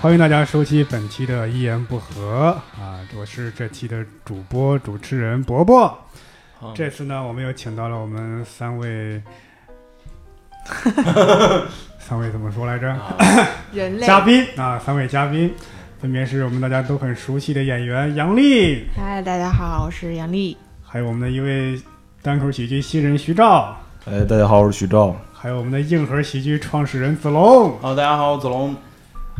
欢迎大家收听本期的《一言不合》啊，我是这期的主播主持人伯伯。好这次呢，我们又请到了我们三位，三位怎么说来着？人类嘉宾啊，三位嘉宾，分别是我们大家都很熟悉的演员杨笠，嗨，大家好，我是杨丽。还有我们的一位单口喜剧新人徐照，哎，大家好，我是徐照。还有我们的硬核喜剧创始人子龙。好，大家好，我子龙。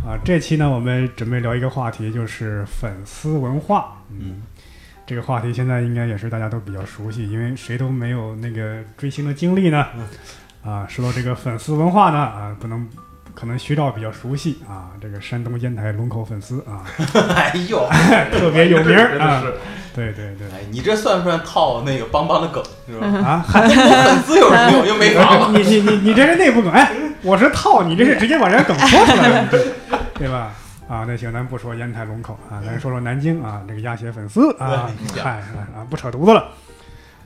啊，这期呢，我们准备聊一个话题，就是粉丝文化。嗯，这个话题现在应该也是大家都比较熟悉，因为谁都没有那个追星的经历呢。嗯啊，说到这个粉丝文化呢，啊，不能，可能徐照比较熟悉啊，这个山东烟台龙口粉丝 啊， 哎呦，特别有名真儿的啊。是。对对对。哎，你这算不算套那个邦邦的梗 是吧？啊，粉丝有什么用？又没法了。 你你你你这是内部梗，哎，我是套，你这是直接把人家梗说出来 了，对吧？啊，那行，咱不说烟台龙口啊，咱说说南京啊，这个鸭血粉丝啊，嗯对嗨啊，不扯犊子了，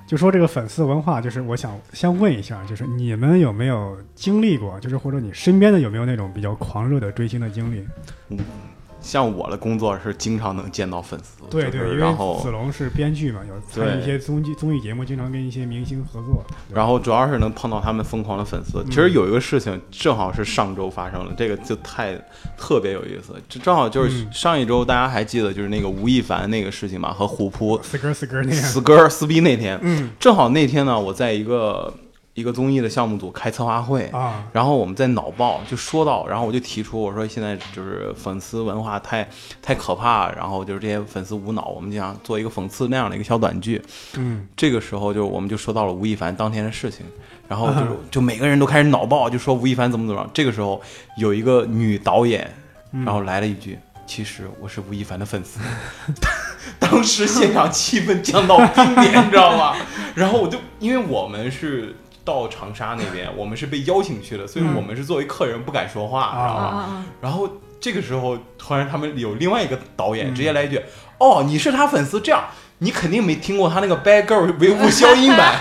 就说这个粉丝文化，就是我想先问一下，就是你们有没有经历过，就是或者你身边的有没有那种比较狂热的追星的经历？ 像我的工作是经常能见到粉丝，对就对，是因然为后子龙是编剧嘛，有参与一对些综艺综艺节目，经常跟一些明星合作，对然后主要是能碰到他们疯狂的粉丝。其嗯实有一个事情正好是上周发生了，这个就太特别有意思。这正好就是嗯上一周大家还记得就是那个吴亦凡那个事情嘛，和虎扑 死磕死磕那样，死哥撕逼那天，嗯正好那天呢，我在一个一个综艺的项目组开策划会，啊，然后我们在脑爆就说到，然后我就提出我说现在就是粉丝文化太太可怕，然后就是这些粉丝无脑，我们就想做一个讽刺那样的一个小短剧。嗯这个时候就我们就说到了吴亦凡当天的事情，然嗯后就是就每个人都开始脑爆，就说吴亦凡怎么怎么样。这个时候有一个女导演，嗯然后来了一句：“其实我是吴亦凡的粉丝。” 当时现场气氛降到冰点，你知道 吗？然后我就因为我们是到长沙那边，我们是被邀请去的，所以嗯我们是作为客人不敢说话，啊知道吗？啊然后这个时候，突然他们有另外一个导嗯演直接来一句：“哦，你是他粉丝，这样你肯定没听过他那个《Bad Girl》维护消音版。”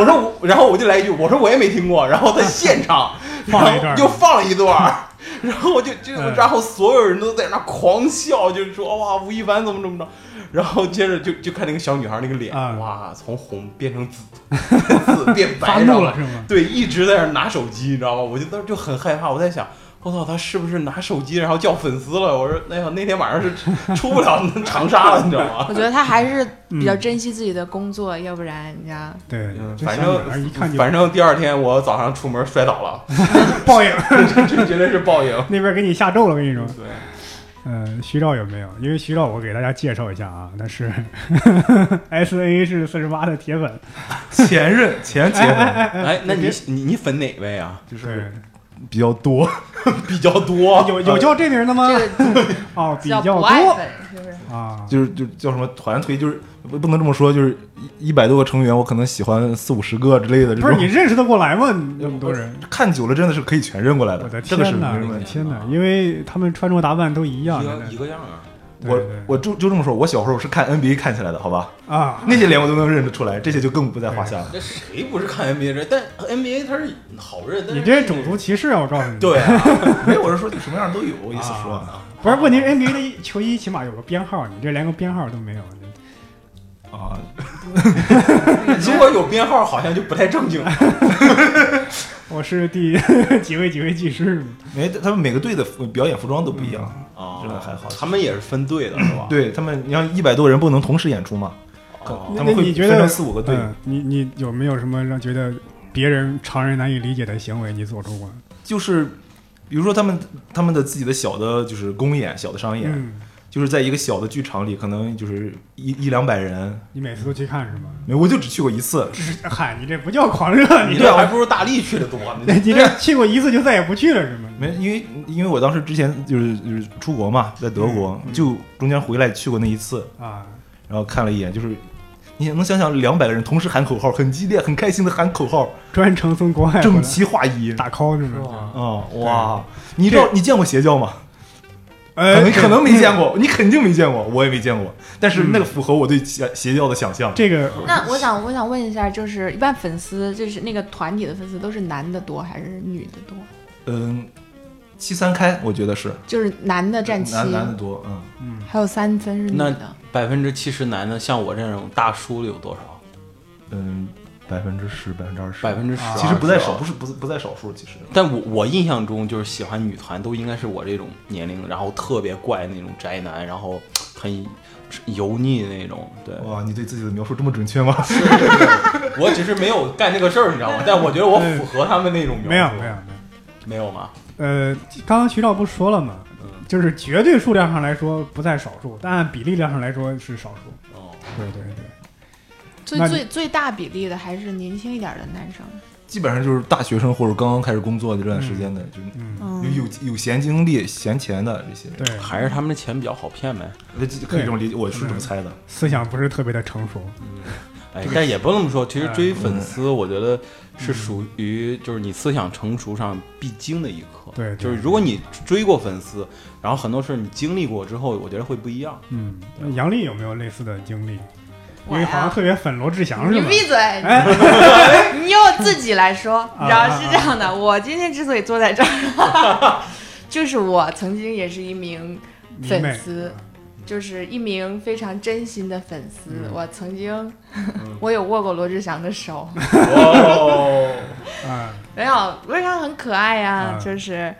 我说我，然后我就来一句：“我说我也没听过。”然后在现场 放了一段然后又放了一段儿。然后我就就嗯，然后所有人都在那狂笑，就是说哇，吴亦凡怎么怎么着，然后接着就就看那个小女孩那个脸，嗯哇，从红变成紫， 紫变白，发然后怒了是吗？对，一直在那儿拿手机，你知道吗？我就当时就很害怕，我在想，我操，他是不是拿手机然后叫粉丝了？我说，哎呀，那天晚上是出不 了长沙了，你知道吗？我觉得他还是比较嗯珍惜自己的工作，要不然你知道，对，这嗯反小女孩一看正就反正第二天我早上出门摔倒了， 报应， 这这绝对是报应。那边给你下咒了，我跟你说。对，嗯，徐照有没有？因为徐照，我给大家介绍一下啊，他是 S N A 是四十八的铁粉，前任 前前任哎，那 你你你粉哪位啊？就是对，比较多，比较多，有有叫这名的吗？ 这个哦，比叫较不爱多粉是不是？啊，就是就叫什么团推，就是不不能这么说，就是一一百多个成员，我可能喜欢四五十个之类的。这不种是你认识得过来吗？那么多人，看久了，真的是可以全认过来我的的，天真的是哪，没什我么的问题。天哪，因为他们穿着打扮都一样一真个一的个样啊。我对对我就就这么说，我小时候是看 NBA 看起来的，好吧？啊，那些脸我都能认得出来，这些就更不在话下了。那谁不是看 NBA 这？但 NBA 他是好人，但是你这是种族歧视啊！我告诉你，，对啊， 没哎有，我是说就什么样都有，我意思说不是问题是，N B A 的球衣起码有个编号，你这连个编号都没有，啊，如果有编号，好像就不太正经。我是第 几位几位技师，因为他们每个队的服表演服装都不一嗯样。哦这个还好他们也是分队的，是吧？对他们，你像一百多人不能同时演出嘛，哦，那他们会你觉分得成四五个队。嗯你你有没有什么让觉得别人常人难以理解的行为你做出过？就是比如说他们他们的自己的小的，就是公演、小的商演，嗯，就是在一个小的剧场里，可能就是一一两百人，你每次都去看是吗？ 没我就只去过一次。这是嗨，你这不叫狂热，你 你 这这还不如大力去的多呢。你这去过一次就再也不去了是吗？没，因为因为我当时之前就是就是出国嘛，在德国，嗯嗯就中间回来去过那一次，啊，然后看了一眼，就是你能想想两百个人同时喊口号，很激烈、很开心的喊口号，专程从国外哎回整来齐划一。打 call 是是吗？吧啊、哇！你知道你见过邪教吗？可呃能可能没见过，你肯定没见过，我也没见过。但嗯是那个符合我对邪邪教的想象。这个那我想我想问一下，就是一般粉丝就是那个团体的粉丝都是男的多还是女的多？嗯，七三开，我觉得是就是男的占七，男男的多，嗯，嗯，还有三分是女那的，百分之七十男的，像我这种大叔有多少？嗯，百分之十，百分之二十，百分之十，哦其实不在少，不数。是不是不在少数，其实但我我印象中就是喜欢女团都应该是我这种年龄，然后特别怪那种宅男，然后很油腻那种。对，哇，你对自己的描述这么准确吗？ 我只是没有干这个事儿，你知道吗？但我觉得我符合他们那种描述。没有没有没有。没有吗？呃，刚刚徐照不是说了吗？嗯就是绝对数量上来说不在少数，但按比例量上来说是少数。哦，对对对，那最你最最大比例的还是年轻一点的男生，基本上就是大学生或者刚刚开始工作的这段时间的，就是嗯，嗯，有有有闲精力、闲钱的这些人，对，还是他们的钱比较好骗呗。那这可以这么理解，我是这么猜的。思想不是特别的成熟。哎，但也不能这么说。其实追粉丝，我觉得是属于就是你思想成熟上必经的一课。对对就是如果你追过粉丝，然后很多事儿你经历过之后，我觉得会不一样。嗯，杨丽有没有类似的经历？因我为呀好像特别粉罗志祥是你吧？闭嘴！哎， 啊你由自己来说，你知道是这样的。我今天之所以坐在这儿， 就是我曾经也是一名迷妹粉丝，就是一名非常真心的粉丝。嗯我曾经， 我有握过罗志祥的手，哦，啊，没有，罗志祥很可爱呀、啊就是，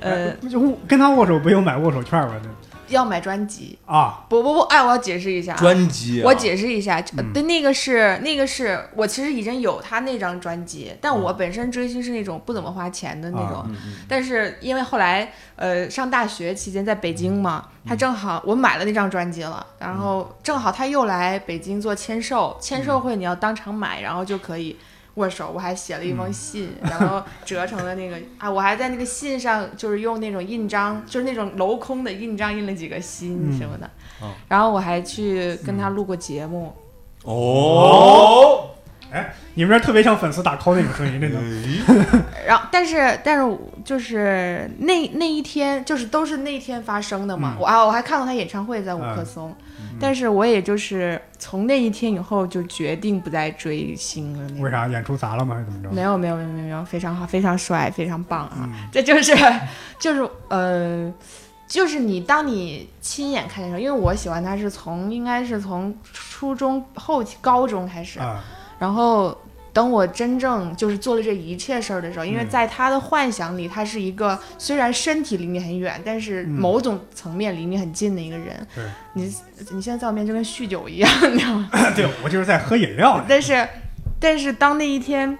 呃，哎，就握跟他握手不有买握手券吗？这要买专辑。啊，不不不，哎，我要解释一下啊，专辑、啊，我解释一下，就嗯对，那个是那个是我其实已经有他那张专辑，但我本身追星是那种不怎么花钱的那种，嗯嗯但是因为后来呃上大学期间在北京嘛，嗯他正好我买了那张专辑了，然后正好他又来北京做签售，签售会你要当场买，然后就可以。握手，我还写了一封信，嗯然后折成了那个啊，我还在那个信上就是用那种印章，就是那种镂空的印章，印了几个心嗯什么的。哦然后我还去跟他录过节目，哦，你们这特别像粉丝打 call 那种声音，真的。哎然后，但是，但是我就是那那一天，就是都是那一天发生的嘛。嗯我啊，我还看过他演唱会在五嗯棵松，但是我也就是从那一天以后就决定不再追星了。那为种啥演出砸了吗？还是怎么着？没有没有没有没有没有，非常好，非常帅，非常棒啊！嗯这就是就是呃，就是你当你亲眼看见的时候，因为我喜欢他是从应该是从初中后期高中开始，啊，然后等我真正就是做了这一切事儿的时候，因为嗯在他的幻想里，他是一个虽然身体离你很远，但是嗯某种层面离你很近的一个人。对你你现在在我面前就跟酗酒一样，你知道吗？ 对我就是在喝饮料呢。但是但是当那一天，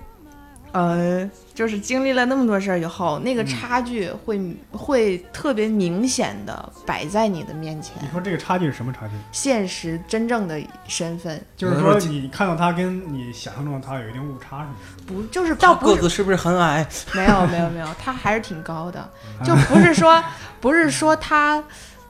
呃，就是经历了那么多事儿以后，那个嗯差距会、会特别明显的摆在你的面前你，说这个差距是什么差距？现实真正的身份就是有的说时你看到他跟你想象中的他有一定误差，是吗？不就是倒不个是子是不是很矮？ 没有没有没有，他还是挺高的，嗯就不是说 不是说他，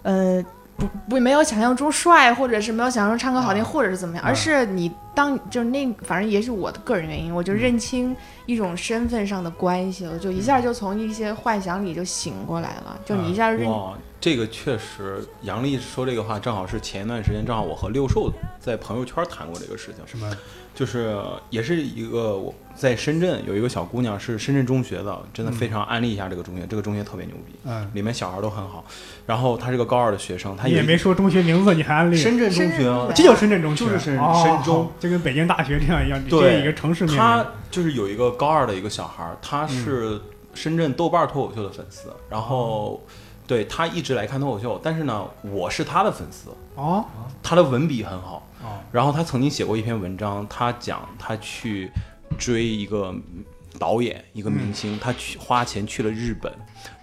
呃，不不没有想象中帅，或者是没有想象中唱歌好听，啊或者是怎么样，嗯而是你当就是那反正也是我的个人原因，我嗯就认清一种身份上的关系，我就一下就从一些幻想里就醒过来嗯了，就你一下认哇，这个确实，杨丽说这个话正好是前一段时间，正好我和六兽在朋友圈谈过这个事情，什么？就是也是一个我在深圳有一个小姑娘是深圳中学的，真的非常安利一下这个中学，这个中学特别牛逼，嗯，里面小孩都很好。然后她是个高二的学生，她你也有一没说中学名字，你还安利？深圳中学啊深圳中，这就是深圳中学，就是深哦深中，就跟北京大学这样一样，对这一个城市名。她就是有一个高二的一个小孩，嗯他是深圳豆瓣脱口秀的粉丝，然哦后对他一直来看脱口秀，但是呢，我是他的粉丝，哦他的文笔很好。哦，然后他曾经写过一篇文章，他讲他去追一个导演、一个明嗯星，他去花钱去了日本，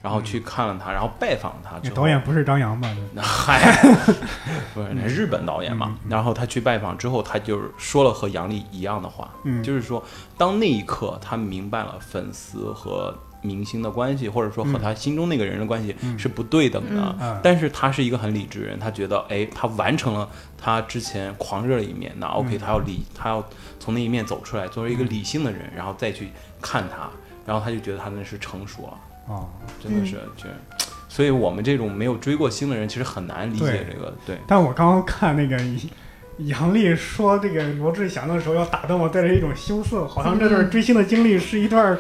然后去看了他，然后拜访了他之那后，导演不是张扬吧？ 嗨，不是那日本导演嘛嗯？然后他去拜访之后，他就是说了和杨笠一样的话，嗯就是说，当那一刻他明白了粉丝和明星的关系，或者说和他心中那个人的关系嗯是不对等的。嗯但是他是一个很理智人，他觉得，哎，他完成了他之前狂热的一面，那 OK，、嗯他要理，他要从那一面走出来，作为一个理性的人，然后再去看他，嗯然后他就觉得他那是成熟了。哦，真的是，就，所以我们这种没有追过星的人，其实很难理解对这个。对，但我刚刚看那个 杨笠说这个罗志祥的时候，要打断我带着一种羞涩，好像这嗯段追星的经历是一段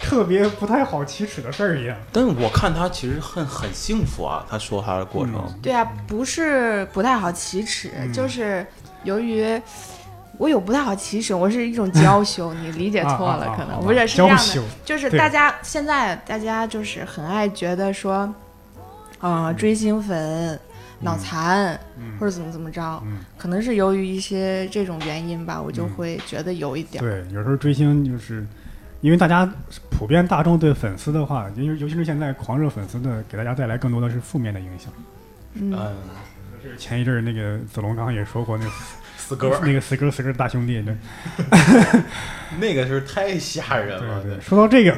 特别不太好启齿的事儿一样。但我看他其实很很幸福啊，他说他的过程，嗯对啊，不是不太好启齿，嗯就是由于我有不太好启齿，我是一种娇羞， 你理解错啊了，啊啊可能啊不是是这娇样的羞，就是对大家现在大家就是很爱觉得说，啊、追星粉、脑残、嗯或者怎么怎么着，嗯可能是由于一些这种原因吧，我就嗯会觉得有一点儿，对，有时候追星就是因为大家普遍大众对粉丝的话，因为尤其是现在狂热粉丝的，给大家带来更多的是负面的影响。嗯，嗯，就是前一阵儿那个子龙刚刚也说过，那四哥那个死磕死磕大兄弟，对那个是太吓人了，对对。说到这个，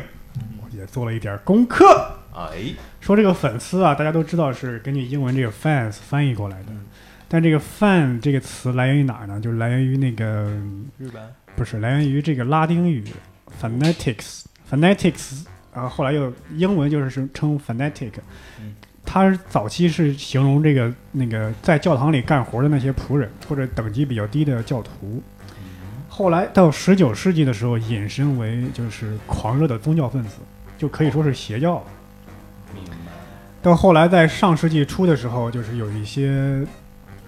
我也做了一点儿功课。哎，说这个粉丝啊，大家都知道是根据英文这个 fans 翻译过来的，但这个 fan 这个词来源于哪儿呢？就是来源于那个日本不是来源于这个拉丁语 fanatics fanatics，然后后来又英文就是称 fanatic，嗯它早期是形容这个那个在教堂里干活的那些仆人或者等级比较低的教徒。后来到十九世纪的时候，引申为就是狂热的宗教分子，就可以说是邪教了。明白，到后来，在上世纪初的时候，就是有一些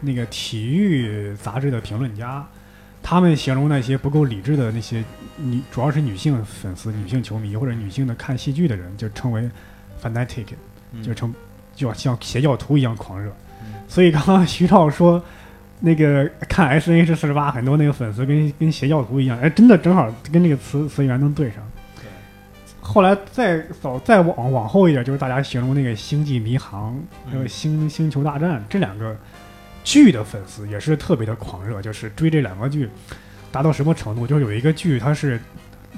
那个体育杂志的评论家，他们形容那些不够理智的那些女，主要是女性粉丝、女性球迷或者女性的看戏剧的人，就称为 fanatic，嗯就称就像邪教徒一样狂热。嗯所以刚刚徐少说。那个看 S N H 四十八，很多那个粉丝跟跟邪教徒一样，哎，真的正好跟这个词词源能对上。对后来再走再往往后一点，就是大家形容那个《星际迷航》还有嗯《星星球大战》这两个剧的粉丝也是特别的狂热，就是追这两个剧达到什么程度？就是有一个剧它是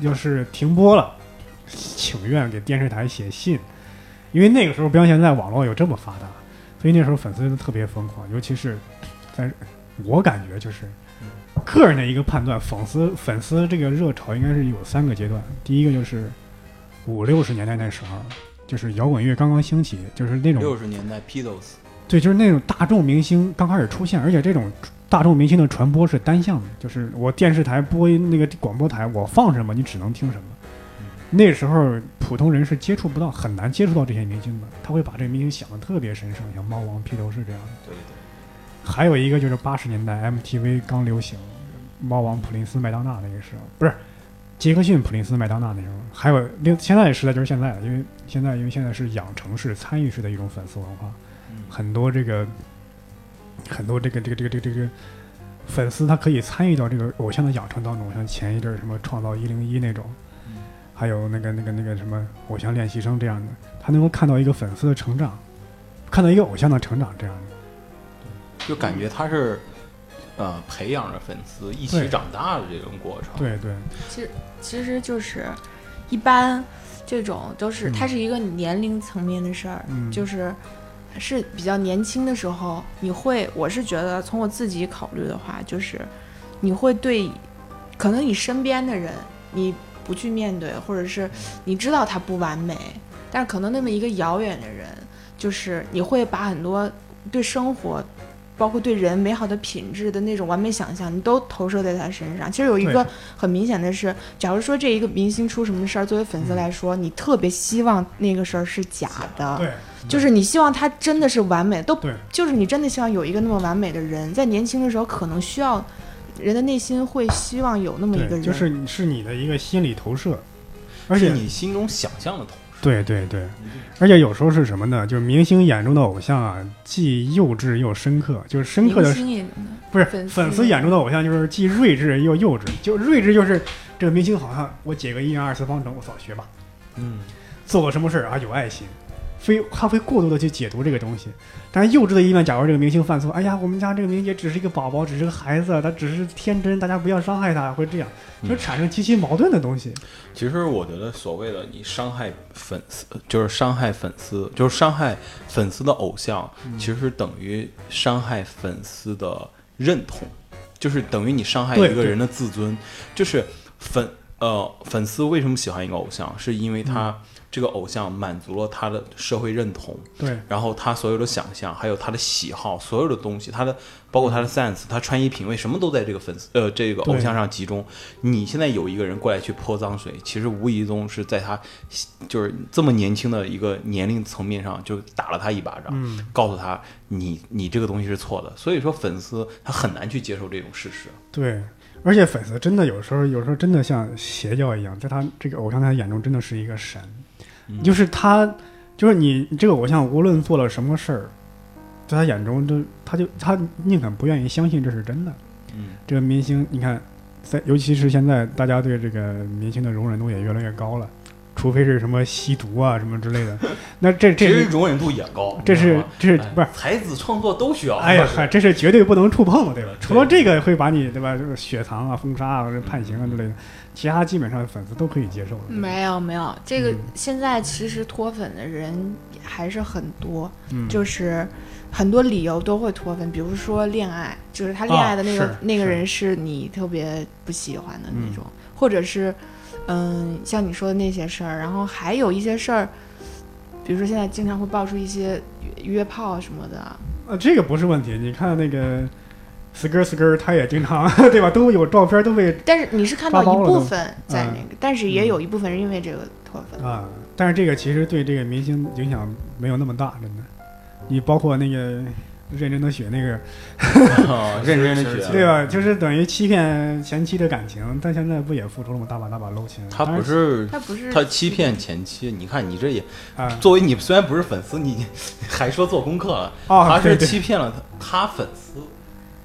要是停播了，请愿给电视台写信，因为那个时候不像现在网络有这么发达，所以那时候粉丝都特别疯狂，尤其是在我感觉就是个人的一个判断，粉丝粉丝这个热潮应该是有三个阶段，第一个就是五六十年代那时候，就是摇滚乐刚刚兴起，就是那种六十年代 E Beatles，对，就是那种大众明星刚开始出现，而且这种大众明星的传播是单向的，就是我电视台播那个广播台，我放什么你只能听什么。那时候普通人是接触不到，很难接触到这些明星的，他会把这个明星想的特别神圣，像猫王、披头士这样的。对对还有一个就是八十年代 MTV 刚流行，猫王、普林斯、麦当娜那个时候，不是杰克逊、普林斯、麦当娜那时候，还有另现在的时代就是现在了，因为现在因为现在是养成式、参与式的一种粉丝文化，嗯很多这个很多这个这个这个这个这个粉丝他可以参与到这个偶像的养成当中，像前一阵儿什么创造一零一那种，嗯还有那个那个那个什么偶像练习生这样的，他能够看到一个粉丝的成长，看到一个偶像的成长这样的。就感觉他是呃培养着粉丝一起对长大的这种过哦程，对对，其实就是一般这种都是、它是一个年龄层面的事儿，嗯，就是是比较年轻的时候，你会，我是觉得从我自己考虑的话，就是你会对，可能你身边的人，你不去面对，或者是你知道他不完美，但是可能那么一个遥远的人，就是你会把很多对生活。包括对人美好的品质的那种完美想象，你都投射在他身上。其实有一对个很明显的是，假如说这一个明星出什么事儿，作为粉丝来说，你特别希望那个事儿是假的。对。啊嗯就是你希望他真的是完美，都对就是你真的希望有一个那么完美的人，在年轻的时候可能需要，人的内心会希望有那么一个对，人，就是你是你的一个心理投射，而而且且你心中想象的同时，对对对，而且有时候是什么呢？就是明星眼中的偶像啊，既幼稚又深刻，就是深刻的明星也不是粉丝粉丝眼中的偶像，就是既睿智又幼稚。就睿智就是这个明星好像我解个一元二次方程，我扫学霸，嗯，做个什么事儿啊有爱心，非他会过度的去解读这个东西。但是幼稚的一面，假如这个明星犯错，哎呀，我们家这个明星也只是一个宝宝，只是个孩子，他只是天真，大家不要伤害他，会这样，就产生极其矛盾的东西。其实我觉得所谓的你伤害粉丝，就是伤害粉丝，就是伤害粉丝的偶像，嗯其实等于伤害粉丝的认同，就是等于你伤害对一个人的嗯自尊，就是粉呃粉丝为什么喜欢一个偶像，是因为他这个偶像满足了他的社会认同，对，然后他所有的想象，还有他的喜好，所有的东西，他的包括他的 sense，他穿衣品味，什么都在这个粉丝呃这个嗯偶对像上集中。你现在有一个人过来去泼脏水，其实无意中是在他就是这么年轻的一个年龄层面上就打了他一巴掌，嗯告诉他你你这个东西是错的。所以说粉丝他很难去接受这种事实。对，而且粉丝真的有时候，有时候真的像邪教一样，在他这个偶像在他眼中真的是一个神，嗯就是他，就是你你这个偶像无论做了什么事儿，在他眼中都他就他宁肯不愿意相信这是真的。嗯这个明星，你看，在尤其是现在大家对这个明星的容忍度也越来越高了，除非是什么吸毒啊什么之类的，那这这其实是容忍度也高，这你知是道吗这是哎不是？才子创作都需要。哎呀，嗨，这是绝对不能触碰的，对吧对？除了这个会把你对吧，就是雪藏啊、封杀啊、或者判刑啊之类的，其他基本上粉丝都可以接受了。没有没有，这个嗯现在其实脱粉的人还是很多，嗯，就是很多理由都会脱粉，比如说恋爱，就是他恋爱的那个、啊是那个是人是你特别不喜欢的那嗯种，或者是嗯，像你说的那些事儿，然后还有一些事儿，比如说现在经常会爆出一些约约炮什么的，啊呃，这个不是问题。你看那个斯根斯根，他也经常 对吧，都有照片都被但是你是看到发包一了部都嗯分在那个，但是也有一部分人因为这个脱粉，啊，但是这个其实对这个明星影响没有那么大，真的。你包括那个认真的雪那个， 啊认真的其实学。对吧？就是等于欺骗前妻的感情，但现在不也付出了吗？大把大把搂钱。他当不然是他不是哦他欺骗前妻，你看你这也啊作为你虽然不是粉丝，你 还说做功课了，哦他是对对欺骗了他他粉丝，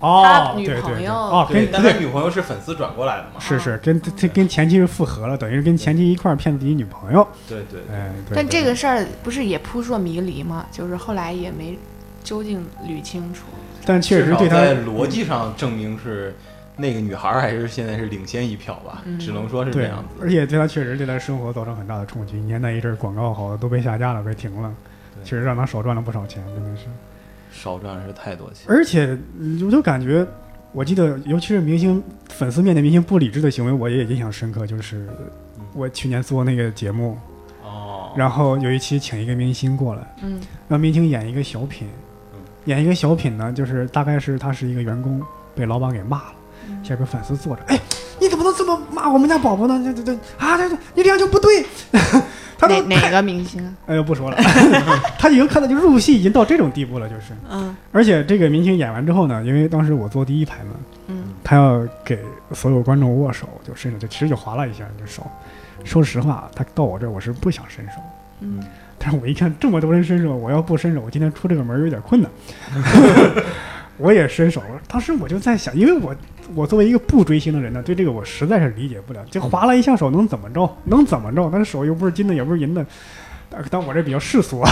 哦他，女对对朋对友哦，跟对，但他女朋友是粉丝转过来的嘛，是哦是，跟他跟前妻是复合了，等于是跟前妻一块儿骗自己女朋友。对对，哎，对但对这个事儿不是也扑朔迷离吗？就是后来也没究竟捋清楚。但确至实少对他在逻辑上证明是那个女孩儿还是现在是领先一票吧，嗯只能说是这对样，而子。且对他确实对他生活造成很大的冲击。你看那一阵儿广告好多都被下架了，被停了，对确实让他少赚了不少钱，真的是。少赚是太多钱，而且嗯我就感觉，我记得尤其是明星粉丝面对明星不理智的行为，我也印象深刻。就是嗯我去年做那个节目，哦，然后有一期请一个明星过来。嗯让明星演一个小品嗯，演一个小品呢，就是大概是他是一个员工被老板给骂了，嗯下边粉丝坐着，哎，你怎么能这么骂我们家宝宝呢？这这这啊，这这你这样就不对， 他哪都哪个明星啊？哎呦不说了， 他已经看到就入戏已经到这种地步了，就是，嗯而且这个明星演完之后呢，因为当时我坐第一排嘛，嗯他要给所有观众握手，就伸手，就其实就划拉一下你的手，说实话，他到我这儿我是不想伸手。嗯，但是我一看这么多人伸手，我要不伸手，我今天出这个门儿有点困难。我也伸手了，当时我就在想，因为我我作为一个不追星的人呢，对这个我实在是理解不了。就划拉一下手能怎么着？能怎么着？但是手又不是金的，也不是银的，但但我这比较世俗啊，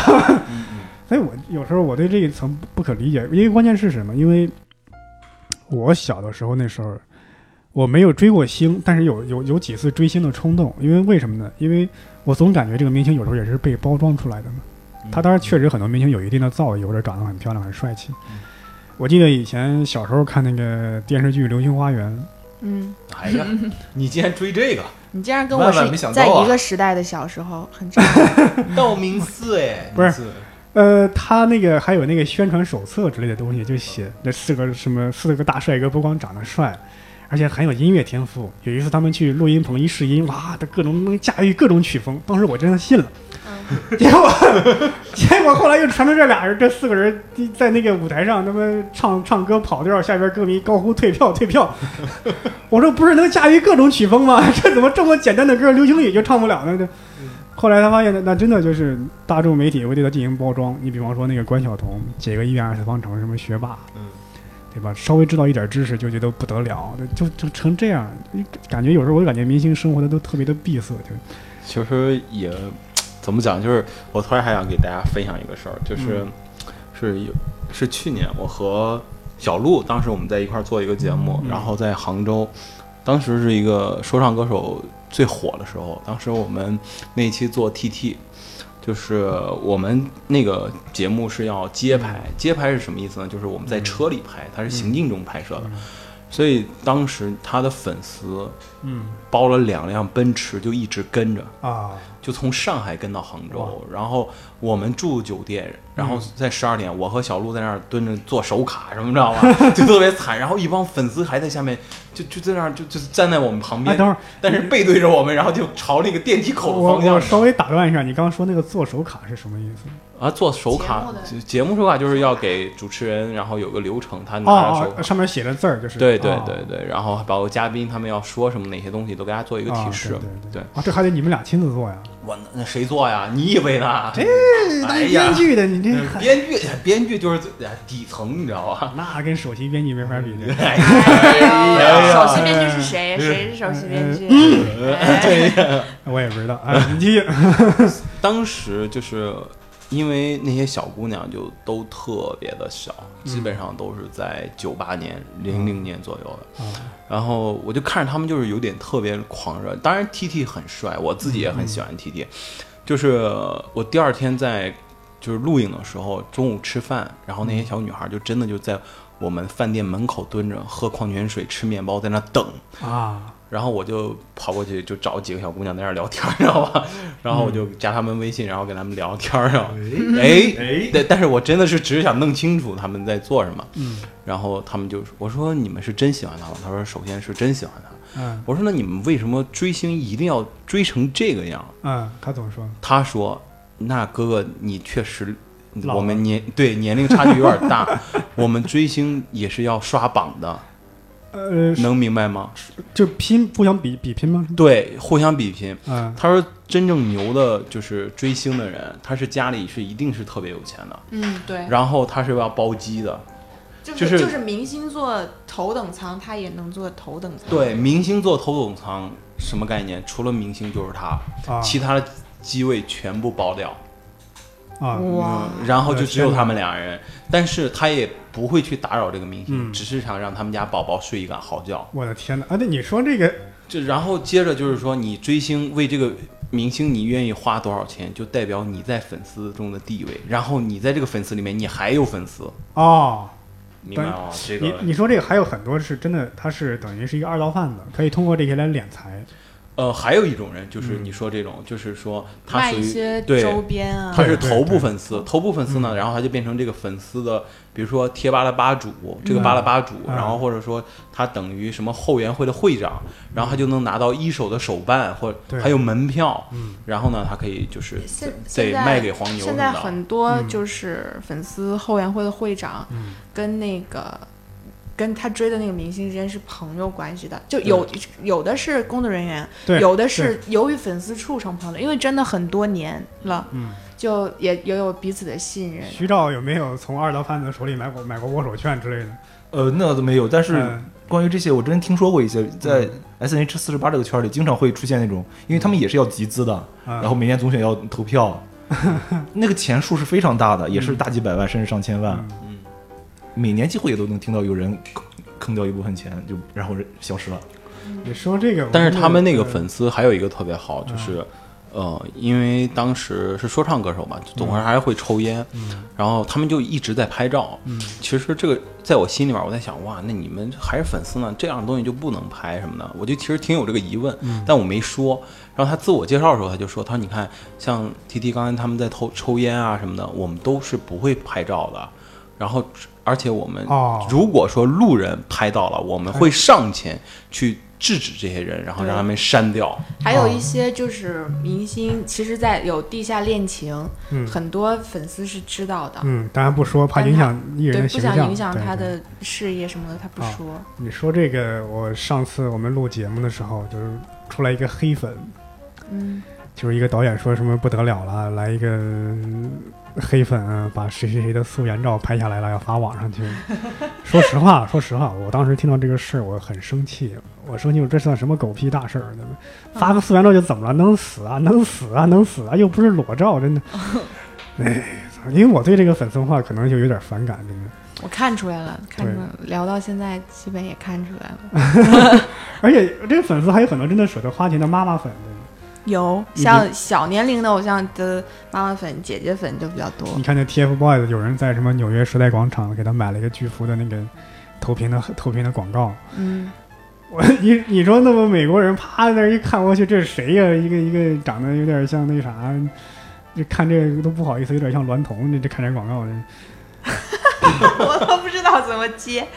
嗯嗯所以我有时候我对这一层不可理解。因为关键是什么？因为我小的时候那时候我没有追过星，但是有有有几次追星的冲动。因为为什么呢？因为我总感觉这个明星有时候也是被包装出来的嘛。嗯他当然确实很多明星有一定的造诣，或者长得很漂亮、很帅气嗯。我记得以前小时候看那个电视剧《流星花园》，嗯，哎呀， 你竟然追这个你竟然跟我万万没是想在到啊一个时代的小时候，很 正常。道明寺 哎，不是你呃，他那个还有那个宣传手册之类的东西，就写那四个什么四个大帅哥，不光长得帅，而且很有音乐天赋。有一次他们去录音棚一试音，哇，他各种能驾驭各种曲风，当时我真的信了。 结果，结果后来又传出这俩人，这四个人在那个舞台上，他们唱唱歌跑调，下边歌迷高呼退票退票。 我说不是能驾驭各种曲风吗？ 这怎么这么简单的歌，流行语就唱不了呢？这后来他发现，那那真的就是大众媒体会对他进行包装。你比方说那个关晓彤，解个一元二次方程，什么学霸，嗯，对吧？稍微知道一点知识就觉得不得了，就就成这样，感觉有时候我就感觉明星生活的都特别的闭塞，就其实也怎么讲，就是我突然还想给大家分享一个事儿，就是、嗯是有是去年我和小鹿当时我们在一块儿做一个节目，嗯然后在杭州，当时是一个说唱歌手最火的时候，当时我们那一期做 TT。就是我们那个节目是要街拍，嗯街拍是什么意思呢？就是我们在车里拍，它是行进中拍摄的，嗯所以当时他的粉丝嗯包了两辆奔驰，就一直跟着，啊，就从上海跟到杭哇嗯州，然后我们住酒店，然后在十二点，我和小鹿在那儿蹲着做手卡什么，知道 吗？就特别惨。然后一帮粉丝还在下面，就就在那儿就就站在我们旁哎，边，等会儿，但是背对着我们，然后就朝那个电梯口的我方向我稍微打断一下，你刚刚说那个做手卡是什么意思？啊，做手节卡目的就节目手卡就是要给主持人，然后有个流程，他拿嗯着手哦卡。哦，上面写的字儿就是。对对哦对对，然后包括嘉宾他们要说什么哪些东西，都给大家做一个啊提示对。对对啊，这还得你们俩亲自做呀？我那那谁做呀？你以为呢？这当哎呀编剧的，你这嗯 编剧，编剧就是最哎底层，你知道吧？那跟首席编辑没法比的。 哎哎呀嗯呦首席编剧是谁？谁是首席编剧？嗯哎我也不知道啊，你继续。当时就是因为那些小姑娘就都特别的小，基本上都是在九八年、零零年左右的。然后我就看着他们，就是有点特别狂热。当然，T T 很帅，我自己也很喜欢 T T。就是我第二天在就是录影的时候，中午吃饭，然后那些小女孩就真的就在我们饭店门口蹲着，喝矿泉水，吃面包，在那等。啊，然后我就跑过去，就找几个小姑娘在那儿聊天，知道 吧？然后我就加她们微信，然后跟她们聊天儿，然后嗯哎哎但但是我真的是只是想弄清楚她们在做什么。嗯然后她们就说：“我说你们是真喜欢她吗？”她说：“首先是真喜欢她。”嗯我说：“那你们为什么追星一定要追成这个样嗯，他怎么说？？”她说：“那哥哥，你确实。”老了我们年对年龄差距有点大， 我们追星也是要刷榜 的，呃，能明白吗？就拼不想比比拼吗？对，互相比拼。嗯他说，真正牛的就是追星的人，他是家里是一定是特别有钱的，嗯，对，然后他是要包机的。就就是是就是明星坐头等舱，他也能坐头等舱。对，明星坐头等舱什么概念？除了明星就是他，啊其他的机位全部包掉，啊，哇，嗯然后就只有天哪他们俩人。但是他也不会去打扰这个明星，嗯只是想让他们家宝宝睡一个好觉。我的天哪！啊，那你说这个就然后接着就是说，你追星为这个明星，你愿意花多少钱，就代表你在粉丝中的地位。然后你在这个粉丝里面，你还有粉丝，哦，明白吗？这你个你说这个还有很多是真的，他是等于是一个二道贩子，可以通过这些来敛财。呃，还有一种人就是嗯你说这种，就是说他卖属一些于周对，边啊他，是对头对嗯部粉丝，头部粉丝呢，然后他就变成这个粉丝的，比如说贴吧的吧主，这个吧的吧主，嗯然后或者说他等于什么后援会的会长，然后他就能拿到一手的手办或对还有门票，嗯然后呢，他可以就是现得现在卖给黄牛什现在么的。很多嗯就是粉丝后援会的会长嗯跟那个。跟他追的那个明星之间是朋友关系的，就有有的是工作人员，对有的是由于粉丝处成朋友的，因为真的很多年了，嗯，就也也有彼此的信任。徐照有没有从二道贩子手里买过买过握手券之类的？呃，那都没有，但是嗯关于这些，我真听说过一些，在 S N H 四十八这个圈里，经常会出现那种，因为他们也是要集资的，嗯然后每年总选要投票， 那个钱数是非常大的，也是大几百万甚至上千万，嗯嗯，每年几乎也都能听到有人坑坑掉一部分钱，就然后消失了。嗯你说这个，但是他们那个我觉得呃粉丝还有一个特别好，就嗯是。呃，因为当时是说唱歌手嘛，总是还会抽烟，嗯然后他们就一直在拍照。嗯其实这个在我心里面，我在想，哇，那你们还是粉丝呢，这样的东西就不能拍什么的。我就其实挺有这个疑问，嗯但我没说。然后他自我介绍的时候，他就说，他说你看，像 T T 刚才他们在抽抽烟啊什么的，我们都是不会拍照的。然后，而且我们哦如果说路人拍到了，我们会上前去制止这些人，然后让他们删掉。还哦有一些就是明星，其实，在有地下恋情，嗯很多粉丝是知道的，嗯，当然不说，怕但影他响艺对，人的不形想象，影响对他对的事业什么的，他不啊说。你说这个，我上次我们录节目的时候，就是出来一个黑粉，嗯，就是一个导演说什么不得了了，来一个嗯黑粉啊，把谁谁谁的素颜照拍下来了，要发网上去。 说实话，说实话，我当时听到这个事儿，我很生气，我生气，我这算什么狗屁大事儿？对吧发个素颜照就怎么了？能死啊？能死啊？能死啊？又不是裸照，真的。哎，操因为我对这个粉丝文化可能就有点反感，真的。我看出来了，看对出来了，聊到现在基本也看出来了。而且这粉丝还有很多真的舍得花钱的妈妈粉，对吧有你像小年龄的偶像的妈妈粉、姐姐粉就比较多。你看那 TFBOYS 有人在什么纽约时代广场给他买了一个巨幅的那个投屏的投屏的广告，嗯，我你你说那么美国人啪那儿一看过去，这是谁呀、一个一个长得有点像那啥，这看这个都不好意思，有点像娈童。这这看这广告，这我都 不知道怎么接。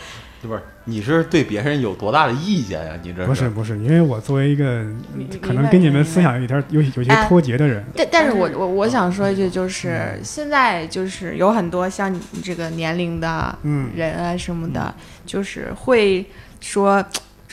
对不是？你是对别人有多大的意见呀、你这不是不是，因为我作为一个明明白可能跟你明们白思想有点有有些哎脱节的人，但但是嗯我我我想说一句，就是现在就是有很多像你这个年龄的嗯人啊什么的，就是会说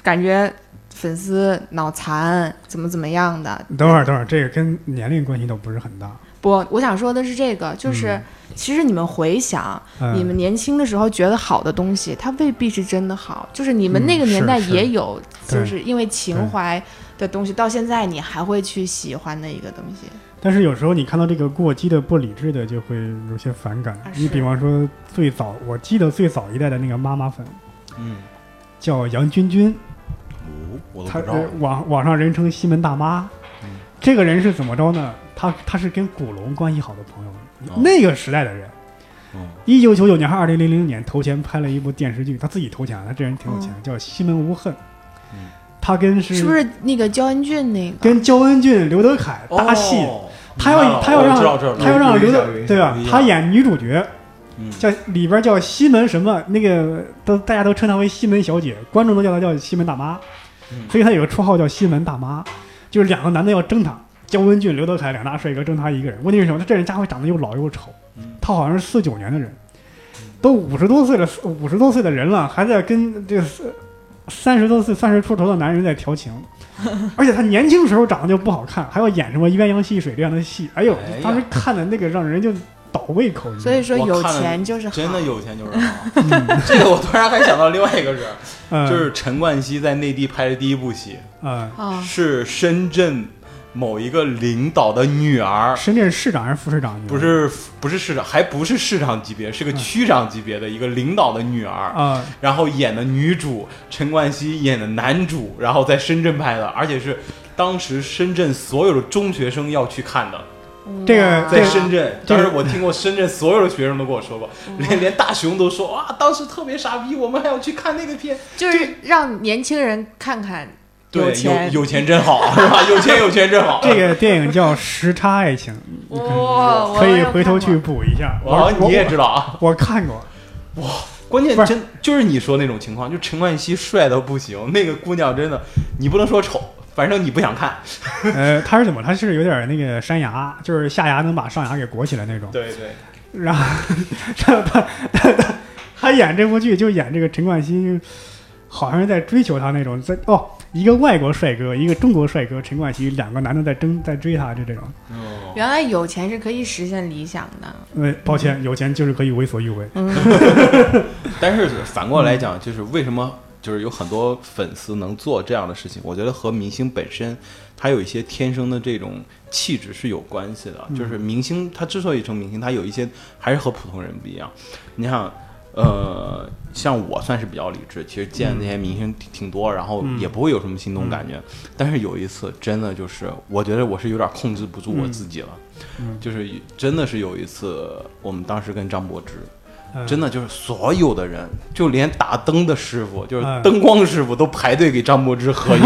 感觉粉丝脑残怎么怎么样的。等会儿，等会儿，这个跟年龄关系都不是很大。不，我想说的是这个，就是嗯其实你们回想，嗯、你们年轻的时候觉得好的东西，它未必是真的好。就是你们那个年代嗯是也有，是就是因为情怀的东西，到现在你还会去喜欢的一个东西。但是有时候你看到这个过激的、不理智的，就会有些反感。啊你是比方说，最早我记得最早一代的那个妈妈粉嗯，叫杨君君，哦，我都她不知道呃。网网上人称西门大妈。嗯这个人是怎么着呢？他他是跟古龙关系好的朋友，哦那个时代的人。嗯一九九九年还是二零零零年，投钱拍了一部电视剧，他自己投钱，他这人挺有钱，叫《西门无恨》嗯。他跟嗯是不是那个焦恩俊那个？跟焦恩俊、刘德凯搭戏？哦他要他要我让知道知道知道他要让刘有印德象对吧有印？象他演女主角，嗯叫里边叫西门什么，那个都大家都称她为西门小姐，观众都叫她叫西门大妈，嗯所以她有个绰号叫西门大妈，就是两个男的要争她，焦恩俊、刘德凯两大帅哥争她一个人。问题是什么？他这人家伙长得又老又丑嗯，他好像是四九年的人，都五十多岁了，五十多岁的人了，还在跟这三十多岁、三十出头的男人在调 情。而且他年轻时候长得就不好看，还要演什么鸳鸯戏水这样的戏，哎呦哎呀，当时看的那个让人就倒胃口。你知道吗所以说我有看了钱就是好。真的有钱就 是好。这个我突然还想到另外一个人，嗯就是陈冠希在内地拍的第一部戏，呃，啊，是深圳某一个领导的女儿，深圳市长还是副市长？你不是不是市长，还不是市长级别，是个嗯区长级别的一个领导的女儿，啊、然后演的女主，陈冠希演的男主，然后在深圳拍的，而且是当时深圳所有的中学生要去看的，这个哇在深圳，这当个时我听过深圳所有的学生都跟我说过，连连大熊都说哇，当时特别傻逼，我们还要去看那个片，就是让年轻人看看对，钱。有有钱真好，是吧？有钱有钱真好。这个电影叫《时差爱情》，哇、我可以要看回头去过补一下。我哇，我你也知道啊，我看过，关键不是真就是你说那种情况，就陈冠希帅到不行，那个姑娘真的，你不能说丑，反正你不想看。呃，他是怎么？他是有点那个山崖，就是下牙能把上牙给裹起来那种。对对，然后然后他他他他演这部剧就演这个陈冠希，好像是在追求他那种，在哦，一个外国帅哥，一个中国帅哥，陈冠希两个男的在争在追他，就这种。哦，原来有钱是可以实现理想的。 呃，抱歉，有钱就是可以为所欲为。嗯 但是反过来讲，就是为什么就是有很多粉丝能做这样的事情，我觉得和明星本身他有一些天生的这种气质是有关系的。嗯就是明星他之所以成明星，他有一些还是和普通人不一样。你看，呃，像我算是比较理智，其实见的那些明星挺挺多，然后嗯也不会有什么心动感觉。但是有一次，真的就是我觉得我是有点控制不住我自己了，嗯就是真的是有一次，我们当时跟张柏芝。呃真的就是所有的人，就连打灯的师傅，就是嗯灯光师傅都排队给张柏芝 合影，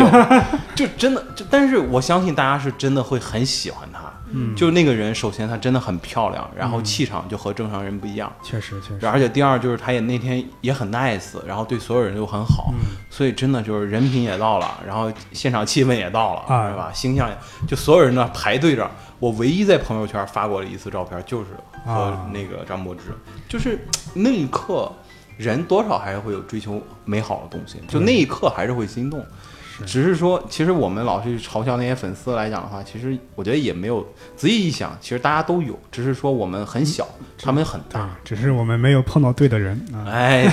就真的就，但是我相信大家是真的会很喜欢她。嗯就那个人，首先她真的很漂亮，然后气场就和正常人不一样，确实确实。而且第二就是她也那天也很 nice，然后对所有人都很好，嗯所以真的就是人品也到了，然后现场气氛也到了，啊是吧？形象也就所有人呢排队着。我唯一在朋友圈发过的一次照片，就是和啊那个张柏芝，就是那一刻，人多少还是会有追求美好的东西，就那一刻还是会心动。只是说，其实我们老是嘲笑那些粉丝来讲的话，其实我觉得也没有。仔细一想，其实大家都有，只是说我们很小，嗯他们很对大。，啊只是我们没有碰到对的人啊。哎，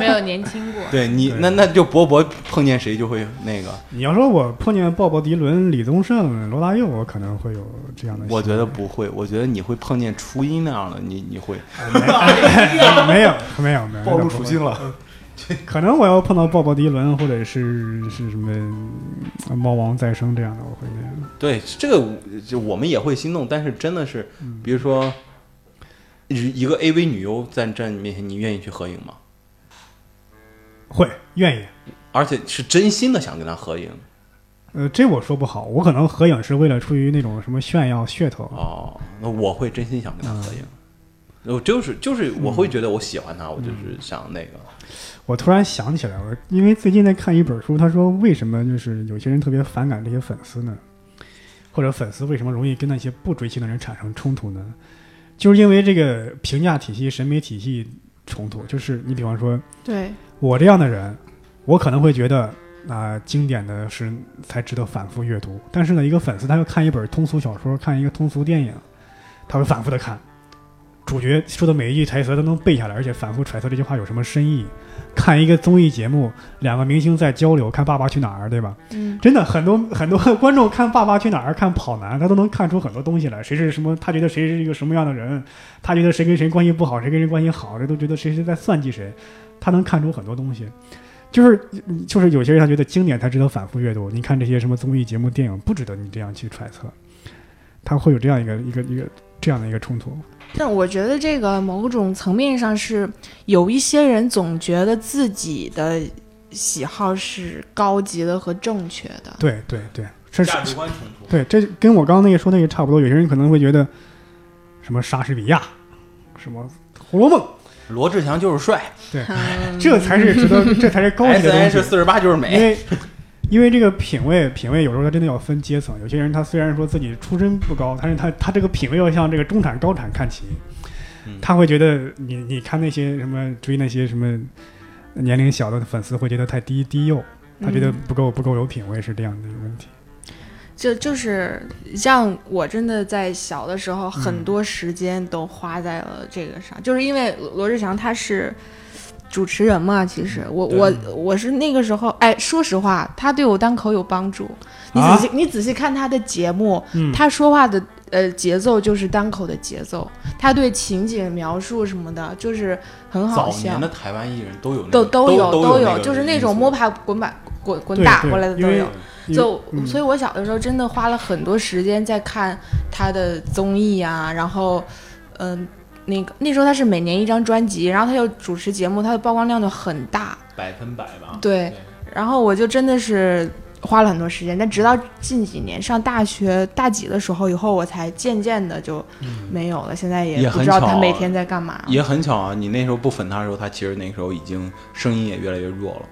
没有年轻过。对你对那那就博博碰见谁就会那个，你要说我碰见鲍勃迪伦、李宗盛、罗大佑，我可能会有这样的想法。我觉得不会，我觉得你会碰见初音那样的，你你会， 啊没有，没有，没有，暴露属性了。可能我要碰到鲍勃迪伦或者是是什么呃猫王再生这样的，我会那样。对这个就我们也会心动，但是真的是，嗯比如说一一个 AV 女优站站你面前，你愿意去合影吗？会愿意，而且是真心的想跟他合影呃，这我说不好，我可能合影是为了出于那种什么炫耀噱头，啊哦，那我会真心想跟他合影。嗯我就是就是我会觉得我喜欢他，我就是想那个，我突然想起来了，因为最近在看一本书，他说为什么就是有些人特别反感这些粉丝呢？或者粉丝为什么容易跟那些不追星的人产生冲突呢？就是因为这个评价体系、审美体系冲突。就是你比方说对，我这样的人，我可能会觉得啊、经典的是才值得反复阅读。但是呢，一个粉丝他要看一本通俗小说，看一个通俗电影，他会反复的看，主角说的每一句台词他都能背下来，而且反复揣测这句话有什么深意。看一个综艺节目，两个明星在交流，看《爸爸去哪儿》，对吧？嗯，真的很多很多观众看《爸爸去哪儿》、看《跑男》，他都能看出很多东西来。谁是什么？他觉得谁是一个什么样的人？他觉得谁跟谁关系不好，谁跟谁关系好，这都觉得谁是在算计谁。他能看出很多东西，就是就是有些人他觉得经典才值得反复阅读。你看这些什么综艺节目、电影，不值得你这样去揣测。他会有这样一个一个一个这样的一个冲突。但我觉得这个某种层面上是有一些人总觉得自己的喜好是高级的和正确的，对对对，这是观冲突。对，这跟我刚刚那个说那个差不多。有些人可能会觉得什么莎士比亚，什么《红楼梦》。罗志祥就是帅嗯这才是值得， 这才是高级，S 的 N 东是西。四十八就是因美。为因为这个品味，品味有时候它真的要分阶层。有些人他虽然说自己出身不高，但是他他这个品味要向这个中产高产看齐嗯。他会觉得你你看那些什么追那些什么年龄小的粉丝会觉得太低低幼，他觉得嗯不够不够有品味是这样的一个问题。就就是像我真的在小的时候，很多时间都花在了这个上，就是因为罗罗志祥他是主持人嘛，其实我我我是那个时候，哎，说实话，他对我单口有帮助。你仔啊细、你仔细看他的节目，嗯他说话的呃节奏就是单口的节奏，他对情景描述什么的，就是很嗯好早笑年。的台湾艺人都有那都个都有都有个就是那因种素摸爬滚板滚滚对打对过来的因都为因有。为就、嗯所以，我小的时候真的花了很多时间在看他的综艺啊，然后，嗯、那个那时候他是每年一张专辑，然后他又主持节目，他的曝光量就很大，百分百吧。对。然后我就真的是花了很多时间，但直到近几年上大学大几的时候以后，我才渐渐的就没有了，现在嗯也也不很知道巧他啊每天在干嘛。也很巧啊，你那时候不粉他的时候，他其实那个时候已经声音也越来越弱了。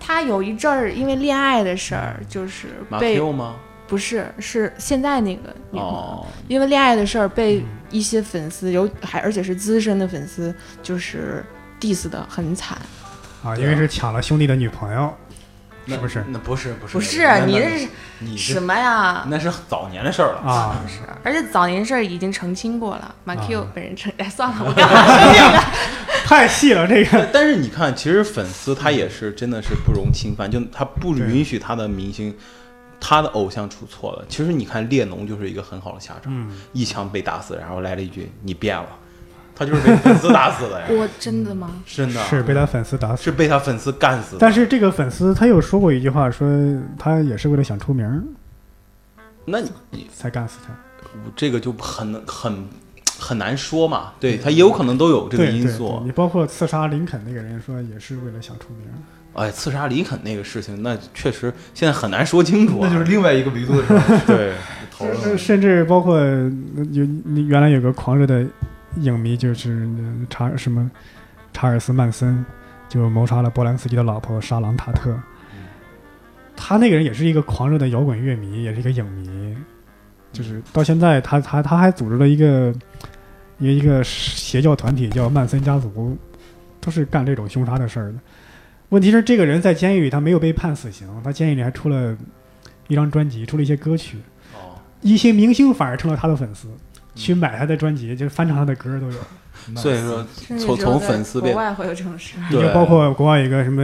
他有一阵儿因为恋爱的事儿，就是嗯马被 Q 吗？不是是现在那个女朋友。哦，嗯因为恋爱的事儿被一些粉丝有还而且是资深的粉丝就是 diss 的很惨。啊，因为是抢了兄弟的女朋友，那是不是？那不是不是不是那你那这是你是什么呀？那是早年的事儿了。啊，是，而且早年事儿已经澄清过了，马啊 Q 本人澄，哎，算 了，我干嘛这个？太细了这个。但是你看，其实粉丝他也是真的是不容侵犯，就他不对允许他的明星、他的偶像出错了。其实你看列侬就是一个很好的下场，嗯，一枪被打死，然后来了一句“你变了”，他就是被粉丝打死的呀，我真的吗？真的 是被他粉丝打死。是被他粉丝干死的。但是这个粉丝他有说过一句话，说他也是为了想出名儿那你你才干死他。这个就很很很难说嘛，对嗯他也有可能都有这个对因对素。啊对你包括刺杀林肯那个人说也是为了想出名儿，哎，刺杀林肯那个事情，那确实现在很难说清楚、啊。那就是另外一个维度的事儿 对，讨论甚了。甚至包括呃有你原来有个狂热的影迷，就是呃查尔什么查尔斯曼森，就谋杀了波兰斯基的老婆莎朗塔特。他那个人也是一个狂热的摇滚乐迷，也是一个影迷，就是到现在他他他还组织了一个一个一个邪教团体叫曼森家族，都是干这种凶杀的事儿的。问题是这个人在监狱里他没有被判死刑，他监狱里还出了一张专辑，出了一些歌曲。哦，一些明星反而成了他的粉丝，去买他的专辑，就是翻唱他的歌都有。嗯所以说真是从只有从在粉丝国变外会有这种事儿。一对个包括国外有一个什么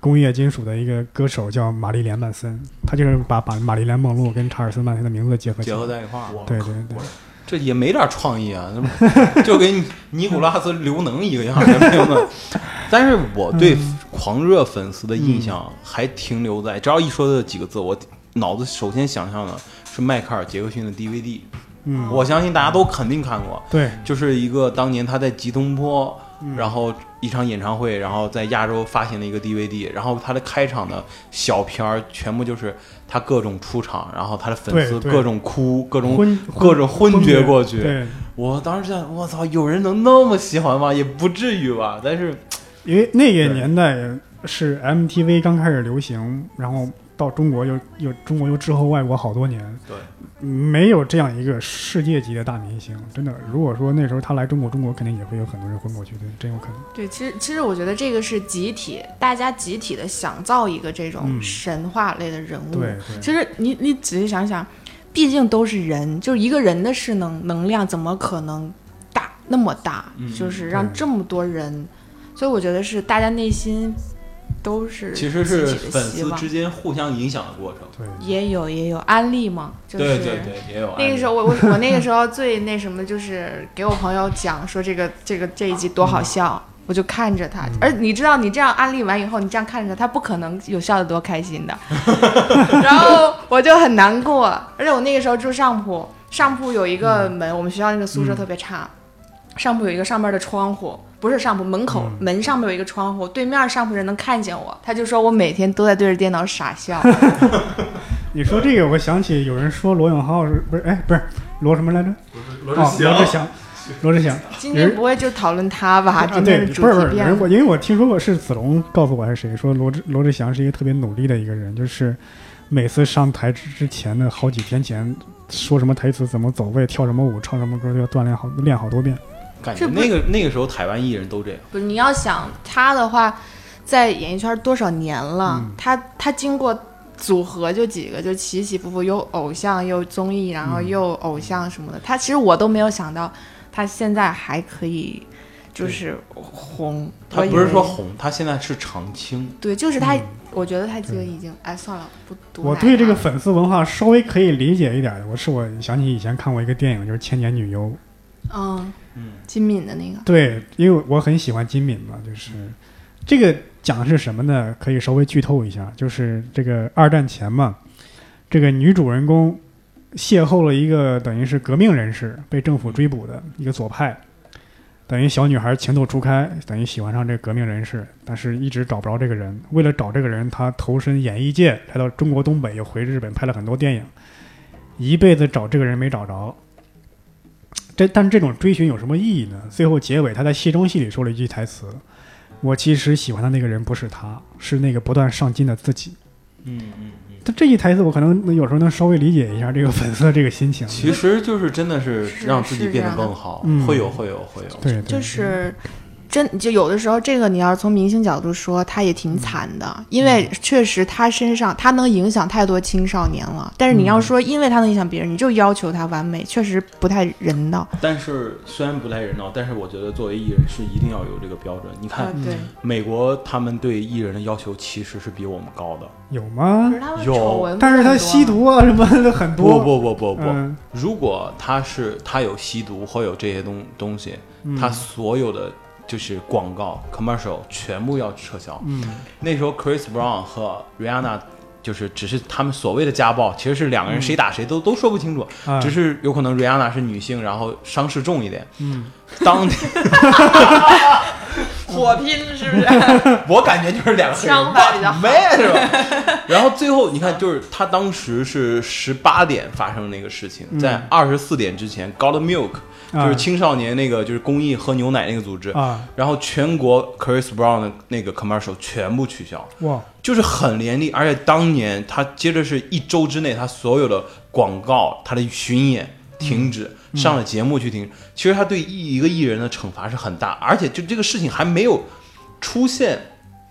工业金属的一个歌手叫玛丽莲曼森，他就是把把玛丽莲梦露跟查尔斯曼森的名字结合起结来合。在一块儿，对对对，这也没点创意 啊，就跟尼古拉斯刘能一个样，没有呢。 但是我对嗯狂热粉丝的印象还停留在，只要一说这几个字，我脑子首先想象的是迈克尔·杰克逊的 DVD，嗯，我相信大家都肯定看过，对，就是一个当年他在吉隆坡，然后一场演唱会，然后在亚洲发行了一个 DVD，然后他的开场的小片儿全部就是他各种出场，然后他的粉丝对对各种哭，各种昏各种昏厥过去。对，我当时想，我操，有人能那么喜欢吗？也不至于吧。但是，因为那个对年代是 MTV 刚开始流行，然后到中国又又中国又滞后外国好多年，对，没有这样一个世界级的大明星，真的。如果说那时候他来中国，中国肯定也会有很多人昏过去，对，真有可能。对，其实其实我觉得这个是集体，大家集体的想造一个这种嗯神话类的人物。对对，其实你你仔细想想，毕竟都是人，就是一个人的势能能量怎么可能大那么大？嗯就是让对这么多人，所以我觉得是大家内心都是其实是集体的粉希丝望之间互相影响的过程。对，也有也有安利嘛，就是对对对，也有啊那个时候我我我那个时候最那什么的就是给我朋友讲说这个这个这一集多嗯好笑，我就看着他，而你知道你这样安利完以后，你这样看着他，他不可能有笑得多开心的， 然后我就很难过，而且我那个时候住上铺，上铺有一个嗯门，我们学校那个宿舍特别差，上铺有一个上面的窗户。不是上铺门口、嗯门上面有一个窗户，对面上铺人能看见我，他就说我每天都在对着电脑 傻笑。你说这个，我想起有人说罗永浩是不是？哎，不是罗什么来着？罗哦罗志祥，罗志祥。今天不会就讨论他吧？ 啊，今对，天不是的主不题是，变人了。我因为我听说过是子龙告诉我还是谁说罗志罗志祥是一个特别努力的一个人，就是每次上台之之前的好几天前说什么台词、怎么走位、跳什么舞、唱什么歌都要锻炼好练好多遍。感觉这不那个那个时候台湾艺人都这样。不是你要想他的话，在演艺圈多少年了？嗯他他经过组合就几个，就起起伏伏，又偶像又综艺，然后嗯又偶像什么的。他其实我都没有想到，他现在还可以就是红。他我以不是为说红，他现在是常青。对，就是他，嗯我觉得他这个对已经哎算了，不读。我对这个粉丝文化稍微可以理解一点，我是我想起以前看过一个电影，就是《千年女优》，嗯嗯，金敏的那个对，因为我很喜欢金敏嘛，就是这个讲的是什么呢？可以稍微剧透一下，就是这个二战前嘛，这个女主人公邂逅了一个等于是革命人士，被政府追捕的一个左派，等于小女孩情窦初开，等于喜欢上这个革命人士，但是一直找不着这个人。为了找这个人，她投身演艺界，来到中国东北，又回日本拍了很多电影，一辈子找这个人没找着。这但这种追寻有什么意义呢？最后结尾，他在戏中戏里说了一句台词：“我其实喜欢的那个人不是他，是那个不断上进的自己。嗯嗯嗯”。他这一台词，我可能有时候能稍微理解一下这个粉丝的这个心情。其实就是真的是是让自己是变这得样的更好，嗯会有会有会有。对，对就是真就有的时候，这个你要是从明星角度说，他也挺惨的，因为确实他身上他能影响太多青少年了。但是你要说，因为他能影响别人，你就要求他完美，确实不太人道。但是虽然不太人道，但是我觉得作为艺人是一定要有这个标准。你看对美国，他们对艺人的要求其实是比我们高的。有吗可？是他们有丑闻，但是他吸。毒啊什么的很多。不不不不不，嗯如果他是他有吸毒或有这些东东西，嗯他所有的就是广告 commercial 全部要撤销。嗯那时候 Chris Brown 和 Rihanna 就是只是他们所谓的家暴，其实是两嗯个人谁打谁都、都说不清楚，啊，只是有可能 Rihanna 是女性，然后伤势重一点。嗯当年火拼是不是？ 我感觉就是两个人枪法比较好没是吧？ 然后最后你看，就是他当时是十八点发生那个事情，在二十四点之前，God Milk 啊就是青少年那个就是公益喝牛奶那个组织，啊然后全国 Chris Brown 的那个 commercial 全部取消，哇就是很严厉，而且当年他接着是一周之内，他所有的广告、他的巡演停嗯止，上了节目去停止。其实他对一一个艺人的惩罚是很大，而且就这个事情还没有出现，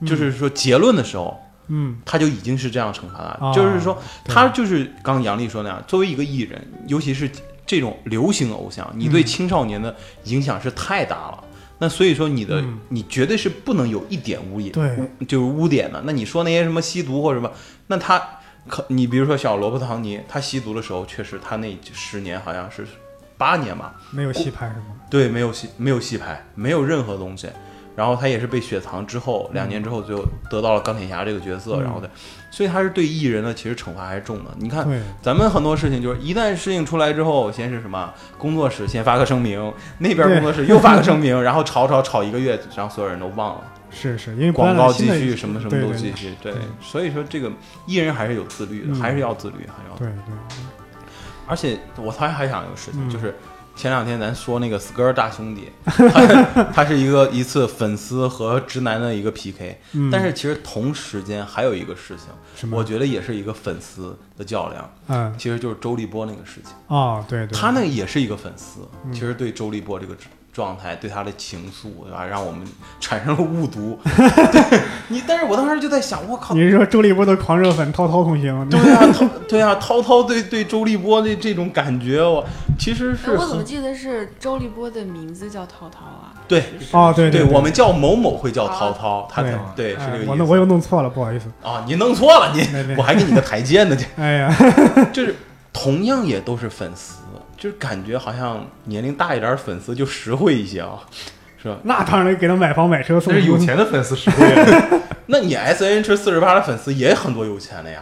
就是说结论的时候，嗯他就已经是这样惩罚了。哦就是说，对他就是刚杨丽说那样，作为一个艺人，尤其是这种流行偶像，你嗯对青少年的影响是太大了。那所以说，你的、嗯你绝对是不能有一点污点，对污就是污点的。那你说那些什么吸毒或什么，那他可你比如说小罗伯特唐尼，他吸毒的时候，确实他那十年好像是八年吧，没有戏拍是吗？对，没有戏，没有戏拍，没有任何东西。然后他也是被雪藏之后，两年之后最后得到了钢铁侠这个角色，嗯然后的，所以他是对艺人呢，其实惩罚还是重的。你看，对，咱们很多事情就是一旦事情出来之后，先是什么工作室先发个声明，那边对工作室又发个声明，然后吵吵吵一个月，然后所有人都忘了，是是，因为不广按告照继现在续，什么什么对都对继续。对对，所以说这个艺人还是有自律的，嗯还是要自律，还是要。对对，而且我突然还想一个事情，嗯就是前两天咱说那个 Skr 大兄弟，他 他是一个一次粉丝和直男的一个 PK，嗯但是其实同时间还有一个事情，什么？我觉得也是一个粉丝的较量，嗯其实就是周立波那个事情。哦，对对，他那也是一个粉丝，嗯其实对周立波这个状态，对他的情愫，对吧？让我们产生了误 读。 你，但是我当时就在想，我靠你，是说周立波的狂热粉涛涛同学吗？对啊，涛对啊，涛涛对对周立波的这种感觉，我其实哎是我怎么很记得是周立波的名字叫涛涛啊？对。 哦，对对对，我们叫某某会哦叫涛涛，他对叫对是哎这我个那意我思又弄错了，不好意思。啊！你弄错了，你没没我还给你个台阶 呢，这哎呀，就是同样也都是粉丝，就是感觉好像年龄大一点儿粉丝就实惠一些啊，是吧？那当然给他买房买车送那是有礼物，钱的粉丝实惠啊。那你 S N H 四十八的粉丝也很多有钱的呀，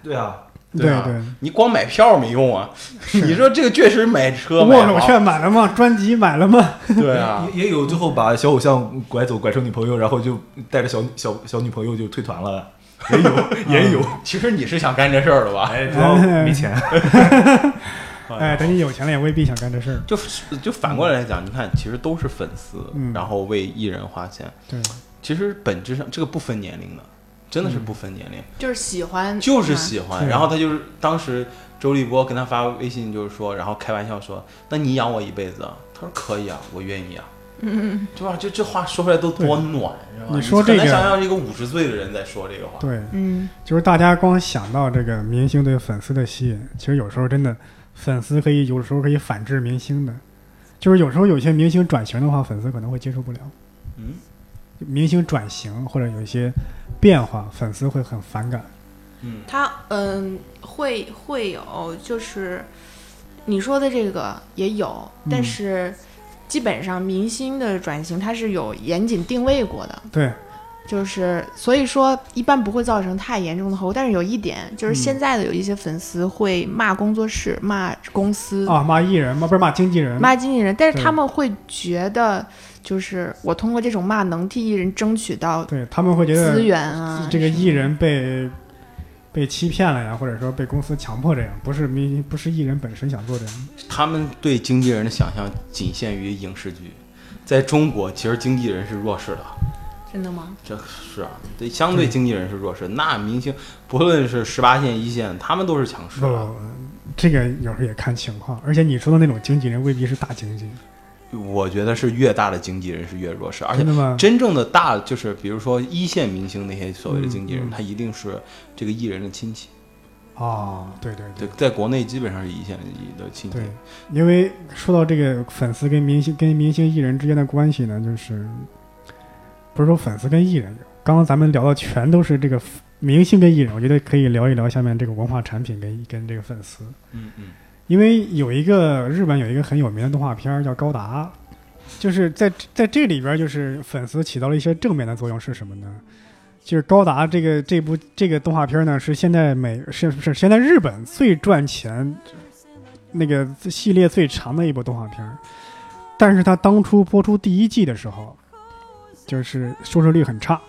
对啊，对吧？对。你光买票没用啊，你说这个确实买车握买手房券买了吗？专辑买了吗？对啊，也也有最后把小偶像拐走，拐成女朋友，然后就带着小小小女朋友就退团了，嗯也 有也有。嗯其实你是想干这事儿的吧？哎，主要没钱。哎，等你有钱了也未必想干这事儿。就是就反过来讲，你看，其实都是粉丝，嗯然后为艺人花钱，对，其实本质上这个不分年龄的，真的是不分年龄，就是喜欢，就是喜嗯欢。是啊然后他就是当时周立波跟他发微信，就是说，然后开玩笑说：“那你养我一辈子啊？”他说：“可以啊，我愿意啊。”嗯，对吧？就这话说出来都多暖，是吧？你说这个很难想象一个五十岁的人在说这个话。对，嗯，就是大家光想到这个明星对粉丝的吸引，其实有时候真的粉丝可以有时候可以反制明星的，就是有时候有些明星转型的话，粉丝可能会接受不了。嗯，明星转型或者有一些变化，粉丝会很反感。嗯他嗯会会有，就是你说的这个也有，嗯但是基本上明星的转型它是有严谨定位过的，对，就是所以说一般不会造成太严重的后果。但是有一点，就嗯是现在的有一些粉丝会骂工作室、骂公司、啊，骂艺人嘛，不是骂经纪人，骂经纪人，但是对他们会觉得，就是我通过这种骂能替艺人争取到对他们会觉得资源啊，这个艺人被被欺骗了呀，或者说被公司强迫这样，不是明不是艺人本身想做这样。他们对经纪人的想象仅限于影视剧，在中国，其实经纪人是弱势的。真的吗？这是啊，对，相对经纪人是弱势，那明星不论是十八线、一线，他们都是强势不的。不，这个有时候也看情况，而且你说的那种经纪人未必是大经纪，我觉得是越大的经纪人是越弱势，而且真的吗？真正的大就是，比如说一线明星那些所谓的经纪人，嗯嗯他一定是这个艺人的亲戚。哦，对对对对，在国内基本上是一线的亲戚对。因为说到这个粉丝跟明星跟明星艺人之间的关系呢，就是不是说粉丝跟艺人有，刚刚咱们聊的全都是这个明星跟艺人，我觉得可以聊一聊下面这个文化产品跟跟这个粉丝。嗯嗯，因为有一个日本有一个很有名的动画片儿叫《高达》，就是在在这里边，就是粉丝起到了一些正面的作用是什么呢？就是《高达》这个这部这个动画片呢，是现在美是是现在日本最赚钱那个系列最长的一部动画片儿，但是它当初播出第一季的时候，就是收视率很差，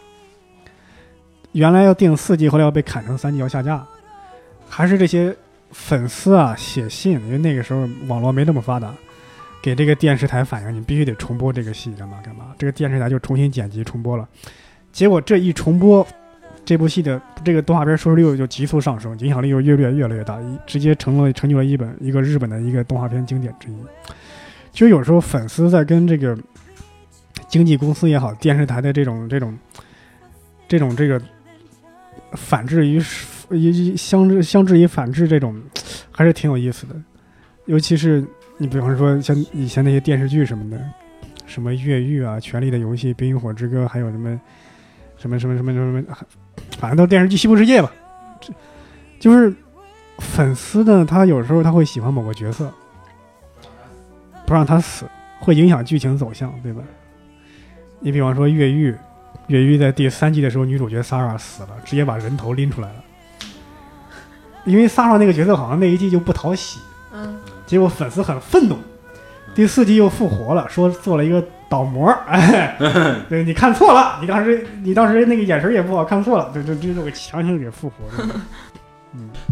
原来要定四季，后来要被砍成三季，要下架，还是这些粉丝啊写信，因为那个时候网络没那么发达，给这个电视台反映，你必须得重播这个戏，干嘛干嘛。这个电视台就重新剪辑重播了，结果这一重播，这部戏的这个动画片收视率就急速上升，影响力又越来越越来越大，一直接成了成就了一本一个日本的一个动画片经典之一。其实有时候粉丝在跟这个经纪公司也好，电视台的这种这种这种这个反制于一相制相制于反制这种，还是挺有意思的。尤其是你比方说像以前那些电视剧什么的，什么越狱啊、权力的游戏、冰与火之歌，还有什么什么什么什么什么，反正都是电视剧《西部世界》吧。这就是粉丝呢，他有时候他会喜欢某个角色，不让他死，会影响剧情走向，对吧？你比方说《越狱》，《越狱》在第三季的时候，女主角 Sara 死了，直接把人头拎出来了。因为 Sara 那个角色好像那一季就不讨喜，嗯，结果粉丝很愤怒。第四季又复活了，说做了一个倒模，哎， 对你看错了，你当时你当时那个眼神也不好，看错了，对对，这就给强行给复活了。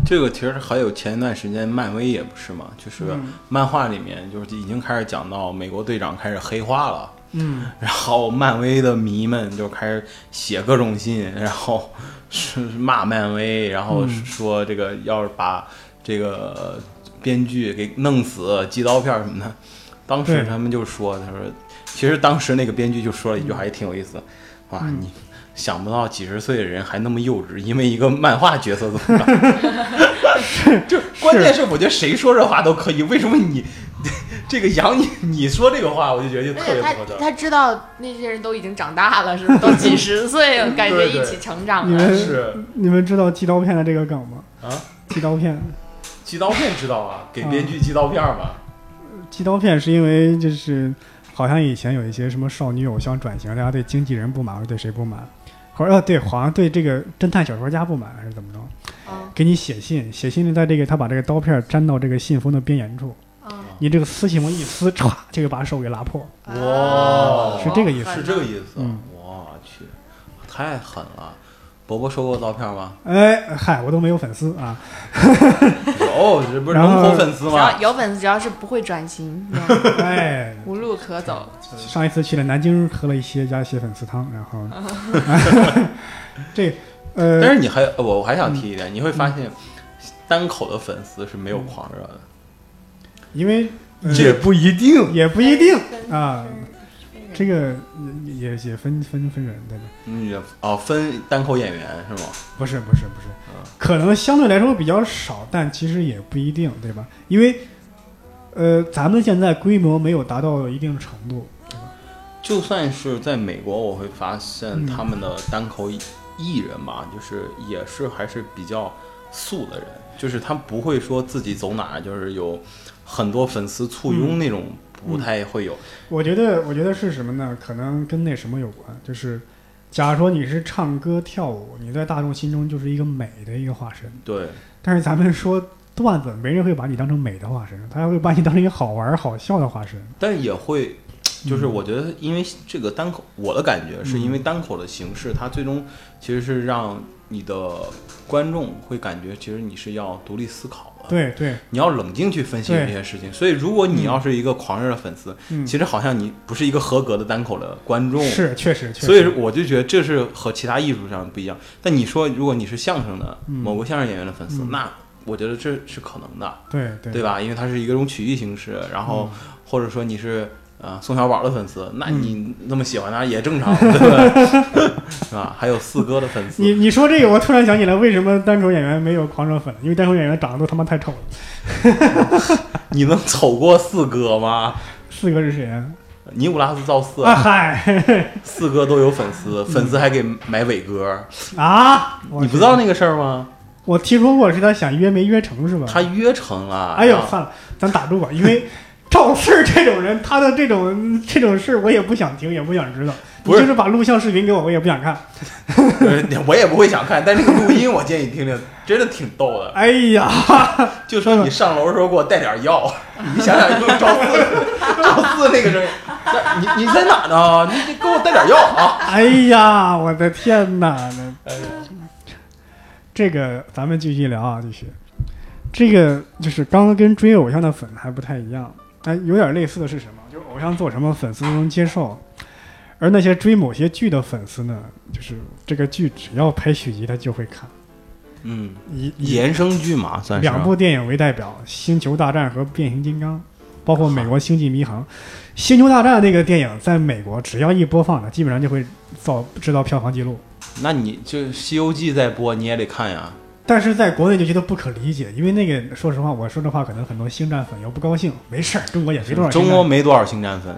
这个其实还有前一段时间漫威也不是嘛， 就是嗯漫画里面就是已经开始讲到美国队长开始黑化了。嗯，然后漫威的迷们就开始写各种信，然后是骂漫威，然后嗯说这个要是把这个编剧给弄死，寄刀片什么的。当时对他们就说，他说，其实当时那个编剧就说了一句话，还挺有意思，哇，嗯你想不到几十岁的人还那么幼稚，因为一个漫画角色怎么办？ 就关键是我觉得谁说这话都可以，为什么你 这个杨你你说这个话，我就觉得就特而且别他不合辙。他知道那些人都已经长大了，是吧？ 都几十岁了，感觉对对一起成长你了。们是你们知道寄刀片的这个梗吗？啊，寄刀片，寄刀片知道啊，给编剧寄刀片嘛。寄刀片是因为就是好像以前有一些什么少女偶像转型，大家对经纪人不满，或者对谁不满，或者呃对，好像对这个侦探小说家不满，还是怎么着？嗯给你写信，写信在这个他把这个刀片粘到这个信封的边沿处，嗯，你这个丝线往一撕，歘，就给把手给拉破。嗯哇是这个意思是这个意思嗯。我去，太狠了！伯伯收过刀 片吗？哎，嗨，我都没有粉丝啊。有，这不是然龙后头粉丝只吗要？有粉丝，只要是不会转型， 哎，无路可走。上一次去了南京，喝了一些加血粉丝汤，然后， 这但呃，是你还我我还想提一点，你会发嗯现单口的粉丝是没有狂热的，因为、呃也不一定。也 不一定分啊，分这个也也也分分分人，对吧？嗯，也哦，分单口演员是吗？不是不是不是，嗯可能相对来说比较少，但其实也不一定，对吧？因为，呃，咱们现在规模没有达到一定程度，就算是在美国，我会发现嗯他们的单口艺人吧，就是也是还是比较素的人，就是他不会说自己走哪儿，就是有很多粉丝簇拥那种，不太会有。我觉得，我觉得是什么呢？可能跟那什么有关，就是，假如说你是唱歌跳舞，你在大众心中就是一个美的一个化身，对，但是咱们说段子，没人会把你当成美的化身，他还会把你当成一个好玩儿好笑的化身。但也会，就是我觉得，因为这个单口，我的感觉是嗯因为单口的形式，它最终其实是让你的观众会感觉，其实你是要独立思考的。对对，你要冷静去分析对这些事情。所以，如果你要是一个狂热的粉丝，嗯其实好像你不是一个合格的单口的观众。是确实确实。所以我就觉得这是和其他艺术上不一样。但你说，如果你是相声的嗯某个相声演员的粉丝，嗯那我觉得这是可能的，对对嗯对吧？因为它是一个种曲艺形式。然后或者说你是呃宋小宝的粉丝，那你那么喜欢他也 正常，对吧？是吧？还有四哥的粉丝，你你说这个，我突然想起来，为什么单口演员没有狂热粉？因为单口演员长得都他妈太丑了。你能丑过四哥吗？四哥是谁啊？尼古拉斯造次啊嗨四哥都有粉丝，粉丝还给买伟哥，啊！我你不知道那个事儿吗？我听说过，是他想约没约成是吧？他约成嗯了。哎呦然，后算了，咱打住吧，因为赵四儿这种人，他的这种这种事儿我也不想听，也不想知道。不是你就是把录像视频给我，我也不想看。呃 我也不会想看，但这个录音我建议听听，真的挺逗 的。哎呀，就说你上楼的时候给我带点药， 你想想，就是赵四，赵四那个声音，那你你在哪呢？你你给我带点药啊！哎呀，我的天哪！那哎呦这个咱们继续聊啊，继续。这个就是刚刚跟追偶像的粉还不太一样，但有点类似的是什么？就是偶像做什么，粉丝都能接受。而那些追某些剧的粉丝呢，就是这个剧只要拍续集，他就会看。嗯，以以衍生剧嘛，算是两部电影为代表，《星球大战》和《变形金刚》，包括美国《星际迷航》。《星球大战》那个电影在美国只要一播放呢，基本上就会造制造票房记录。那你就《西游记》在播，你也得看呀。但是在国内就觉得不可理解，因为那个，说实话，我说这话可能很多星战粉又不高兴。没事儿，中国也没多少星中战。国没多少星战粉，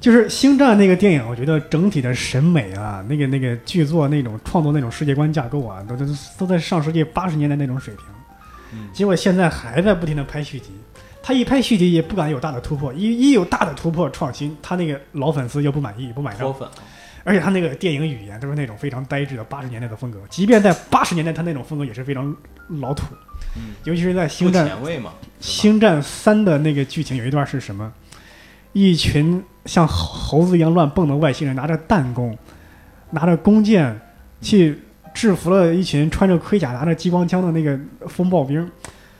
就是星战那个电影，我觉得整体的审美啊，那个那个剧作那种创作那种世界观架构啊，都都都在 上世纪八十年代那种水平。嗯结果现在还在不停的拍续集，他一拍续集也不敢有大的突破，一一有大的突破创新，他那个老粉丝又不满意，不买账脱。粉。而且他那个电影语言都是那种非常呆滞的八十年代的风格，即便在八十年代，他那种风格也是非常老土，嗯尤其是在《更星战》前卫嘛， 《星战三》的那个剧情有一段是什么？一群像猴子一样乱蹦的外星人拿着弹弓，拿着弓箭，去制服了一群穿着盔甲、拿着激光枪的那个风暴兵。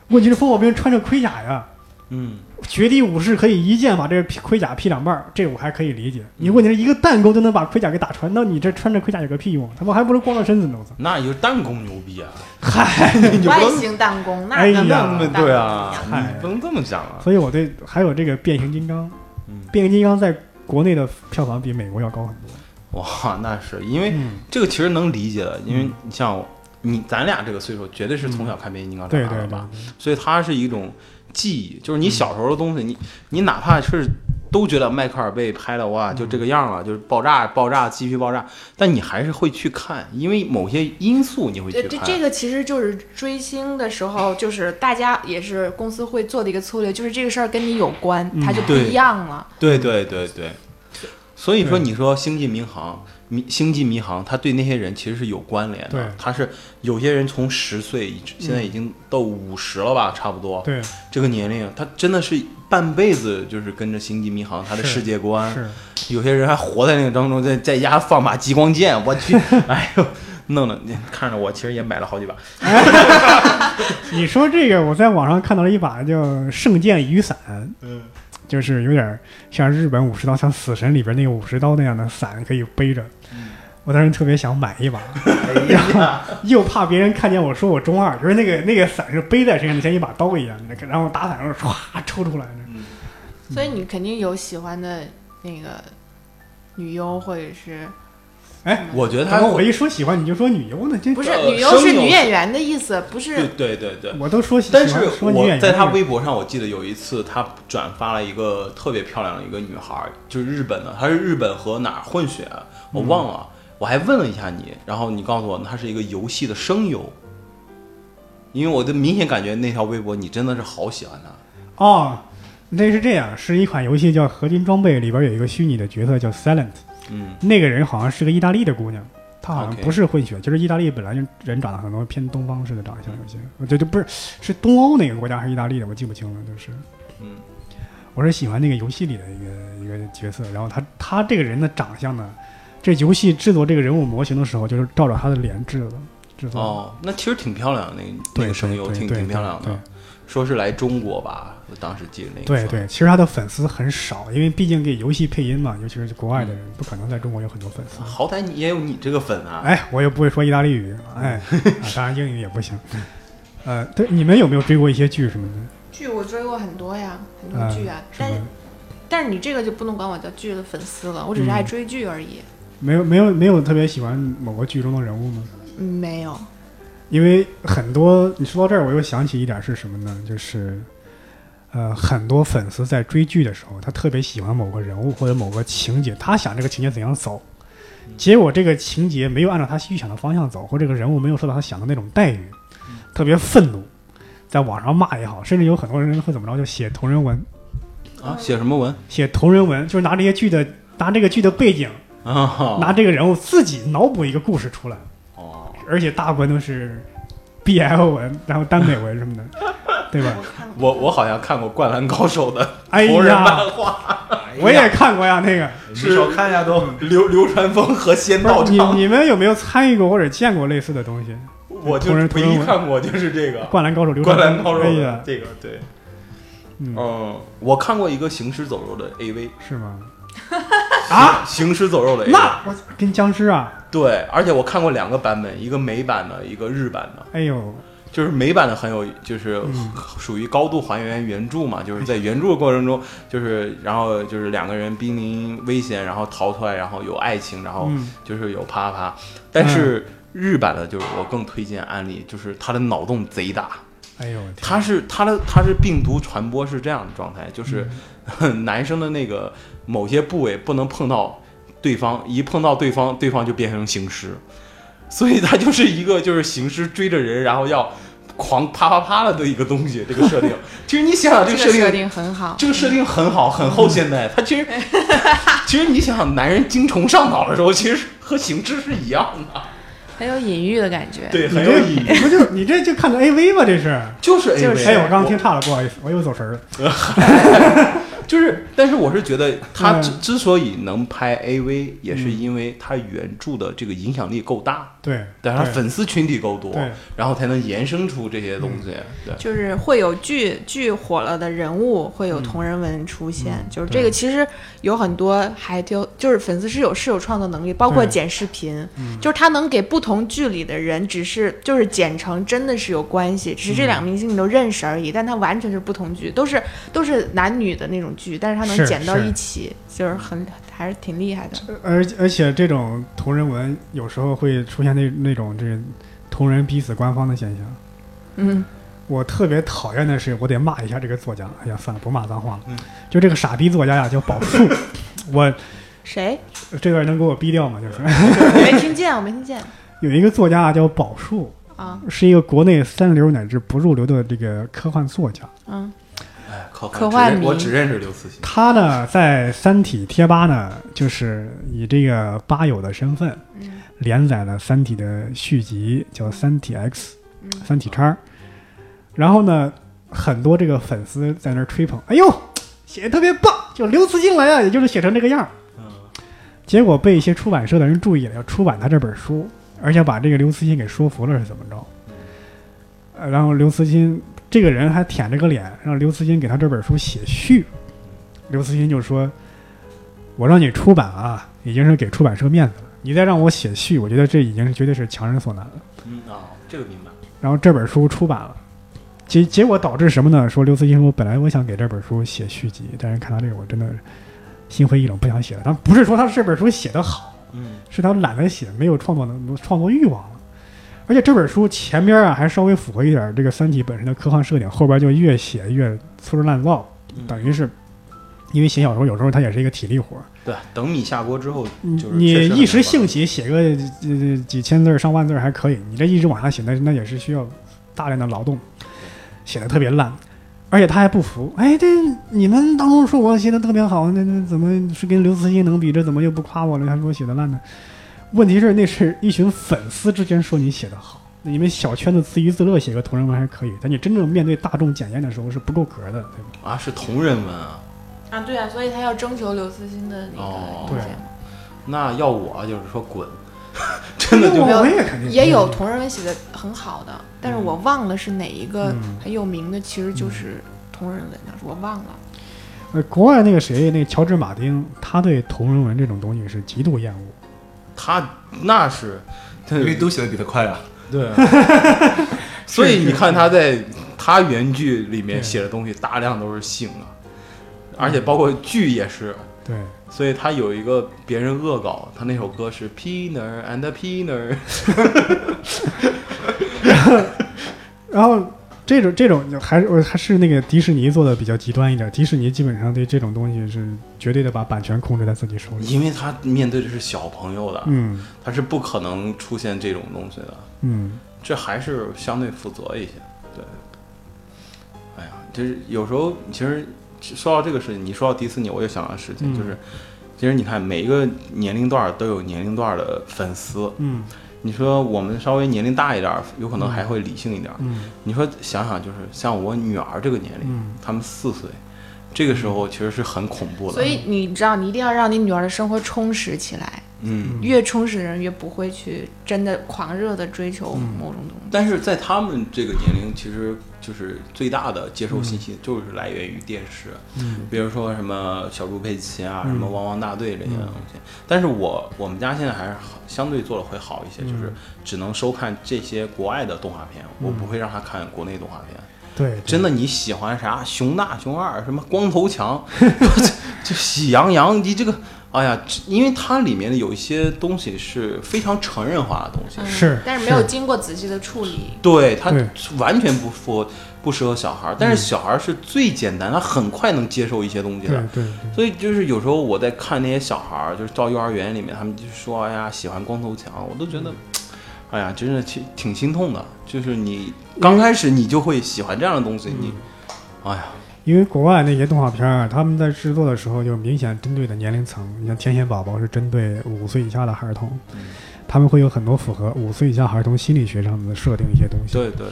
问题是风暴兵穿着盔甲呀，嗯，绝地武士可以一剑把这个披盔甲劈两半儿，这我还可以理解。你问题是一个弹弓就能把盔甲给打穿，那你这穿着盔甲有个屁用？他们还不如光着身子呢！我操！那有弹弓牛逼啊！ 外星弹弓，那哎呀能那么对啊，嗨你不能这么讲啊。所以我对还有这个变形金刚，嗯变形金刚在国内的票房比美国要高很多。哇，那是因为嗯，这个其实能理解的，因为你像你咱俩这个岁数，绝对是从小看变形金刚长嗯对大对对的嗯吧，，所以它是一种记忆，就是你小时候的东西，你你哪怕是都觉得迈克尔贝拍的哇就嗯这个样了，就是爆炸爆炸继续爆炸，但你还是会去看，因为某些因素你会对去这看。这个其实就是追星的时候，就是大家也是公司会做的一个策略，就是这个事儿跟你有关，嗯它就不对一样了。对对对对，所以说对你说《星际迷航》迷《星际迷航》，它对那些人其实是有关联对的。它是有些人从十岁一直，现在已经到五十了吧，差不多对这个年龄，他真的是半辈子就是跟着《星际迷航》他的是世界观。是，有些人还活在那个当中，在在家放把激光剑，我去，哎呦，弄得你看着我其实也买了好几把。你说这个，我在网上看到了一把叫圣剑雨伞，嗯，就是有点像日本武士刀，像死神里边那个武士刀那样的伞，可以背着。嗯我当时特别想买一把，哎 然后又怕别人看见我说我中二，就是那个那个伞是背在身上的，像一把刀一样，然后打伞的时候唰抽出来的。嗯所以你肯定有喜欢的那个女优，或者是哎，我觉得怎他么我一说喜欢你就说女优呢？这 不是呃女优是声优女演员的意思，不对是对对对，我都说喜欢但是说女演我员在这他个微博上，我记得有一次他转发了一个特别漂亮的一个女孩儿，就是日本的，她是日本和哪儿混血，我嗯忘了。我还问了一下你，然后你告诉我她是一个游戏的声优，因为我就明显感觉那条微博你真的是好喜欢她。哦，那是这样，是一款游戏叫《合金装备》，里边有一个虚拟的角色叫 Silent，嗯那个人好像是个意大利的姑娘，她好像 OK 不是混血，就是意大利本来就人长得很多偏东方式的长相，有些我觉得不是是东欧哪个国家还是意大利的，我记不清了，就是。嗯，我是喜欢那个游戏里的一个一个角色，然后他他这个人的长相呢，这游戏制作这个人物模型的时候，就是照着他的脸制的制作的。哦，那其实挺漂亮的那个那嗯对，个声优，对挺对挺对漂亮对的。说是来中国吧，我当时记得那个对说对，其实他的粉丝很少，因为毕竟给游戏配音嘛，尤其是国外的嗯人，不可能在中国有很多粉丝。好歹你也有你这个粉啊。哎，我又不会说意大利语，哎，嗯啊、当然英语也不行。呃，对，你们有没有追过一些剧什么的？剧，我追过很多呀，很多嗯剧啊，什但么但是你这个就不能管我叫剧的粉丝了，我只是嗯爱追剧而已。没有没有没有特别喜欢某个剧中的人物吗？嗯，没 有，因为很多你说到这儿，我又想起一点是什么呢？就是，呃，很多粉丝在追剧的时候，他特别喜欢某个人物或者某个情节，他想这个情节怎样走，结果这个情节没有按照他预想的方向走，或者这个人物没有受到他想的那种待遇，特别愤怒，在网上骂也好，甚至有很多人会怎么着，就写同人文，啊，写什么文写同人文，就是拿这些剧的拿这个剧的背景，啊？拿这个人物自己脑补一个故事出来。哦，而且大部分都是 BL 文，然后耽美文什么的，对吧 我？看嗯我我好像看过《灌篮高手》的哎同人呀，漫画，我也看过呀，那个。你少看呀都。流流川枫和仙道不是你长，你们有没有参与过或者见过类似的东西？我就同人唯一同人看过就是这个《灌篮高手》流《川灌枫篮高手哎》的呀，这个对，嗯，嗯，我看过一个《行尸走肉》的 AV 是 吗？啊， 《行尸走肉》的 AV，那我跟僵尸啊，对，而且我看过两个版本，一个美版的，一个日版的。哎呦，就是美版的很有，就是嗯属于高度还原原著嘛，就是在原著的过程中，就是然后就是两个人濒临危险，然后逃出来，然后有爱情，然后嗯，就是有啪啪啪，但是日版的，就是我更推荐安利，就是它的脑洞贼大，哎呦，我天它是它的它是病毒传播是这样的状态，就是、 男生的那个某些部位不能碰到对方，一碰到对方，对方就变成行尸，所以他就是一个就是行尸追着人，然后要狂啪啪啪了的一个东西，这个 设定。其实你想想，这这个设个定嗯设定很好。这个设定很好，很后现代。它其实， 其实你想想，男人精虫上脑的时候，其实和行知是一样的。很有隐喻的感觉。，对，你很有意义。这不就你这就看的 AV 吧？这是。就是 A 就是 V，哎，我刚刚听岔了，不好意思，我又走神儿了。就是，但是我是觉得他嗯之之所以能拍 A V，也是因为他原著的这个影响力够大，对，但是他对粉丝群体够多对，嗯然后才能延伸出这些东西。对，就是会有剧剧火了的人物，会有同人文嗯出现。就是这个，其实有很多还挺有，就是粉丝是有是有创作能力，包括对剪视频，嗯就是他能给不同剧里的人，只是就是剪成真的是有关系，只是这两个明星你都认识而已，但他完全是不同剧，都是都是男女的那种剧，但是他能是剪到是一起，就是很还是挺厉害的。而而且这种同人文有时候会出现那那种这同人逼死官方的现象。嗯，我特别讨厌的是，我得骂一下这个作家。哎呀，算了，不骂脏话了。嗯就这个傻逼作家呀，叫宝树。我谁？这段能给我逼掉吗？就是 没听见，我没听见有一个作家啊，叫宝树，啊。是一个国内三流乃至不入流的这个科幻作家。嗯，哎科科幻只认迷 我只认识刘慈欣。他呢，在《三体》贴吧呢，就是以这个吧友的身份嗯，连载了《三体》的续集，叫《三体 X 嗯》 《三体叉》。然后呢，很多这个粉丝在那儿吹捧，哎呦，写的特别棒，就刘慈欣来啊，也就是写成这个样儿。结果被一些出版社的人注意了，要出版他这本书，而且把这个刘慈欣给说服了，是怎么着？呃，然后刘慈欣这个人还舔着个脸，让刘慈欣给他这本书写序。刘慈欣就说：“我让你出版啊，已经是给出版社面子了。你再让我写序，我觉得这已经是绝对是强人所难了。嗯啊，这个明白。”然后这本书出版了，结结果导致什么呢？说刘慈欣说：“本来我想给这本书写续集，但是看到这个，我真的心灰意冷，不想写了。但不是说他这本书写得好，嗯是他懒得写，没有创作能创作欲望了。而且这本书前边啊还稍微符合一点这个《三体》本身的科幻设定，后边就越写越粗制滥造，等于是因为写小说有时候它也是一个体力活儿，对，等米下锅之后，你就是嗯你确实很一时难兴办起写个呃几千字儿上万字儿还可以，你这一直往下写，那那也是需要大量的劳动，写的特别烂，而且他还不服，哎，这你们当中说我写的特别好，那那怎么是跟刘慈欣能比？这怎么又不夸我了，还说我写的烂呢？问题是那是一群粉丝之间说你写的好，那你们小圈子自娱自乐写个同人文还可以，但你真正面对大众检验的时候是不够格的，对吧？啊，是同人文啊。啊，对啊，所以他要征求刘慈欣的那哦个意见。那要我啊就是说滚，真的就哎我也肯定也有同人文写的很好的，但是嗯我忘了是哪一个嗯很有名的，其实就是同人文的，我忘了。呃，国外那个谁，那个乔治马丁，他对同人文这种东西是极度厌恶。他那是，他 因为都写的比他快啊。对，啊 所以你看他在他原剧里面写的东西，大量都是性啊，而且包括剧也是。对，所以他有一个别人恶搞，他那首歌是 Piner and Piner，然后这种这种就还是我还是那个迪士尼做的比较极端一点，迪士尼基本上对这种东西是绝对的把版权控制在自己手里。因为他面对的是小朋友的，嗯他是不可能出现这种东西的。嗯，这还是相对负责一些。对，哎呀，就是有时候其实说到这个事情，你说到迪士尼，我就想到事情，嗯就是其实你看每一个年龄段儿都有年龄段儿的粉丝，嗯你说我们稍微年龄大一点儿，有可能还会理性一点儿。嗯你说想想，就是像我女儿这个年龄，嗯，她们四岁，这个时候其实是很恐怖的。所以你知道，你一定要让你女儿的生活充实起来，嗯，嗯越充实的人越不会去真的狂热的追求嗯某种东西。但是在他们这个年龄，其实就是最大的接受信息就是来源于电视，嗯比如说什么小猪佩奇啊，嗯什么汪汪大队这些东西。但是我我们家现在还是好相对做的会好一些，嗯就是只能收看这些国外的动画片，嗯我不会让他看国内动画片。对，对真的你喜欢啥？熊大、熊二，什么光头强， 这这喜羊羊，你这个。哎呀，这因为它里面的有一些东西是非常成人化的东西，嗯是但是没有是经过仔细的处理。对他对完全不符不适合小孩儿，但是小孩儿是最简单，他很快能接受一些东西对的。对所以就是有时候我在看那些小孩儿，就是到幼儿园里面，他们就说：“哎呀，喜欢光头强。”我都觉得，哎呀，真是挺挺心痛的。就是你刚开始你就会喜欢这样的东西，你，哎呀，因为国外那些动画片儿，啊他们在制作的时候就明显针对的年龄层，你像《天线宝宝》是针对五岁以下的儿童，嗯他们会有很多符合五岁以下儿童心理学上的设定一些东西。对对对，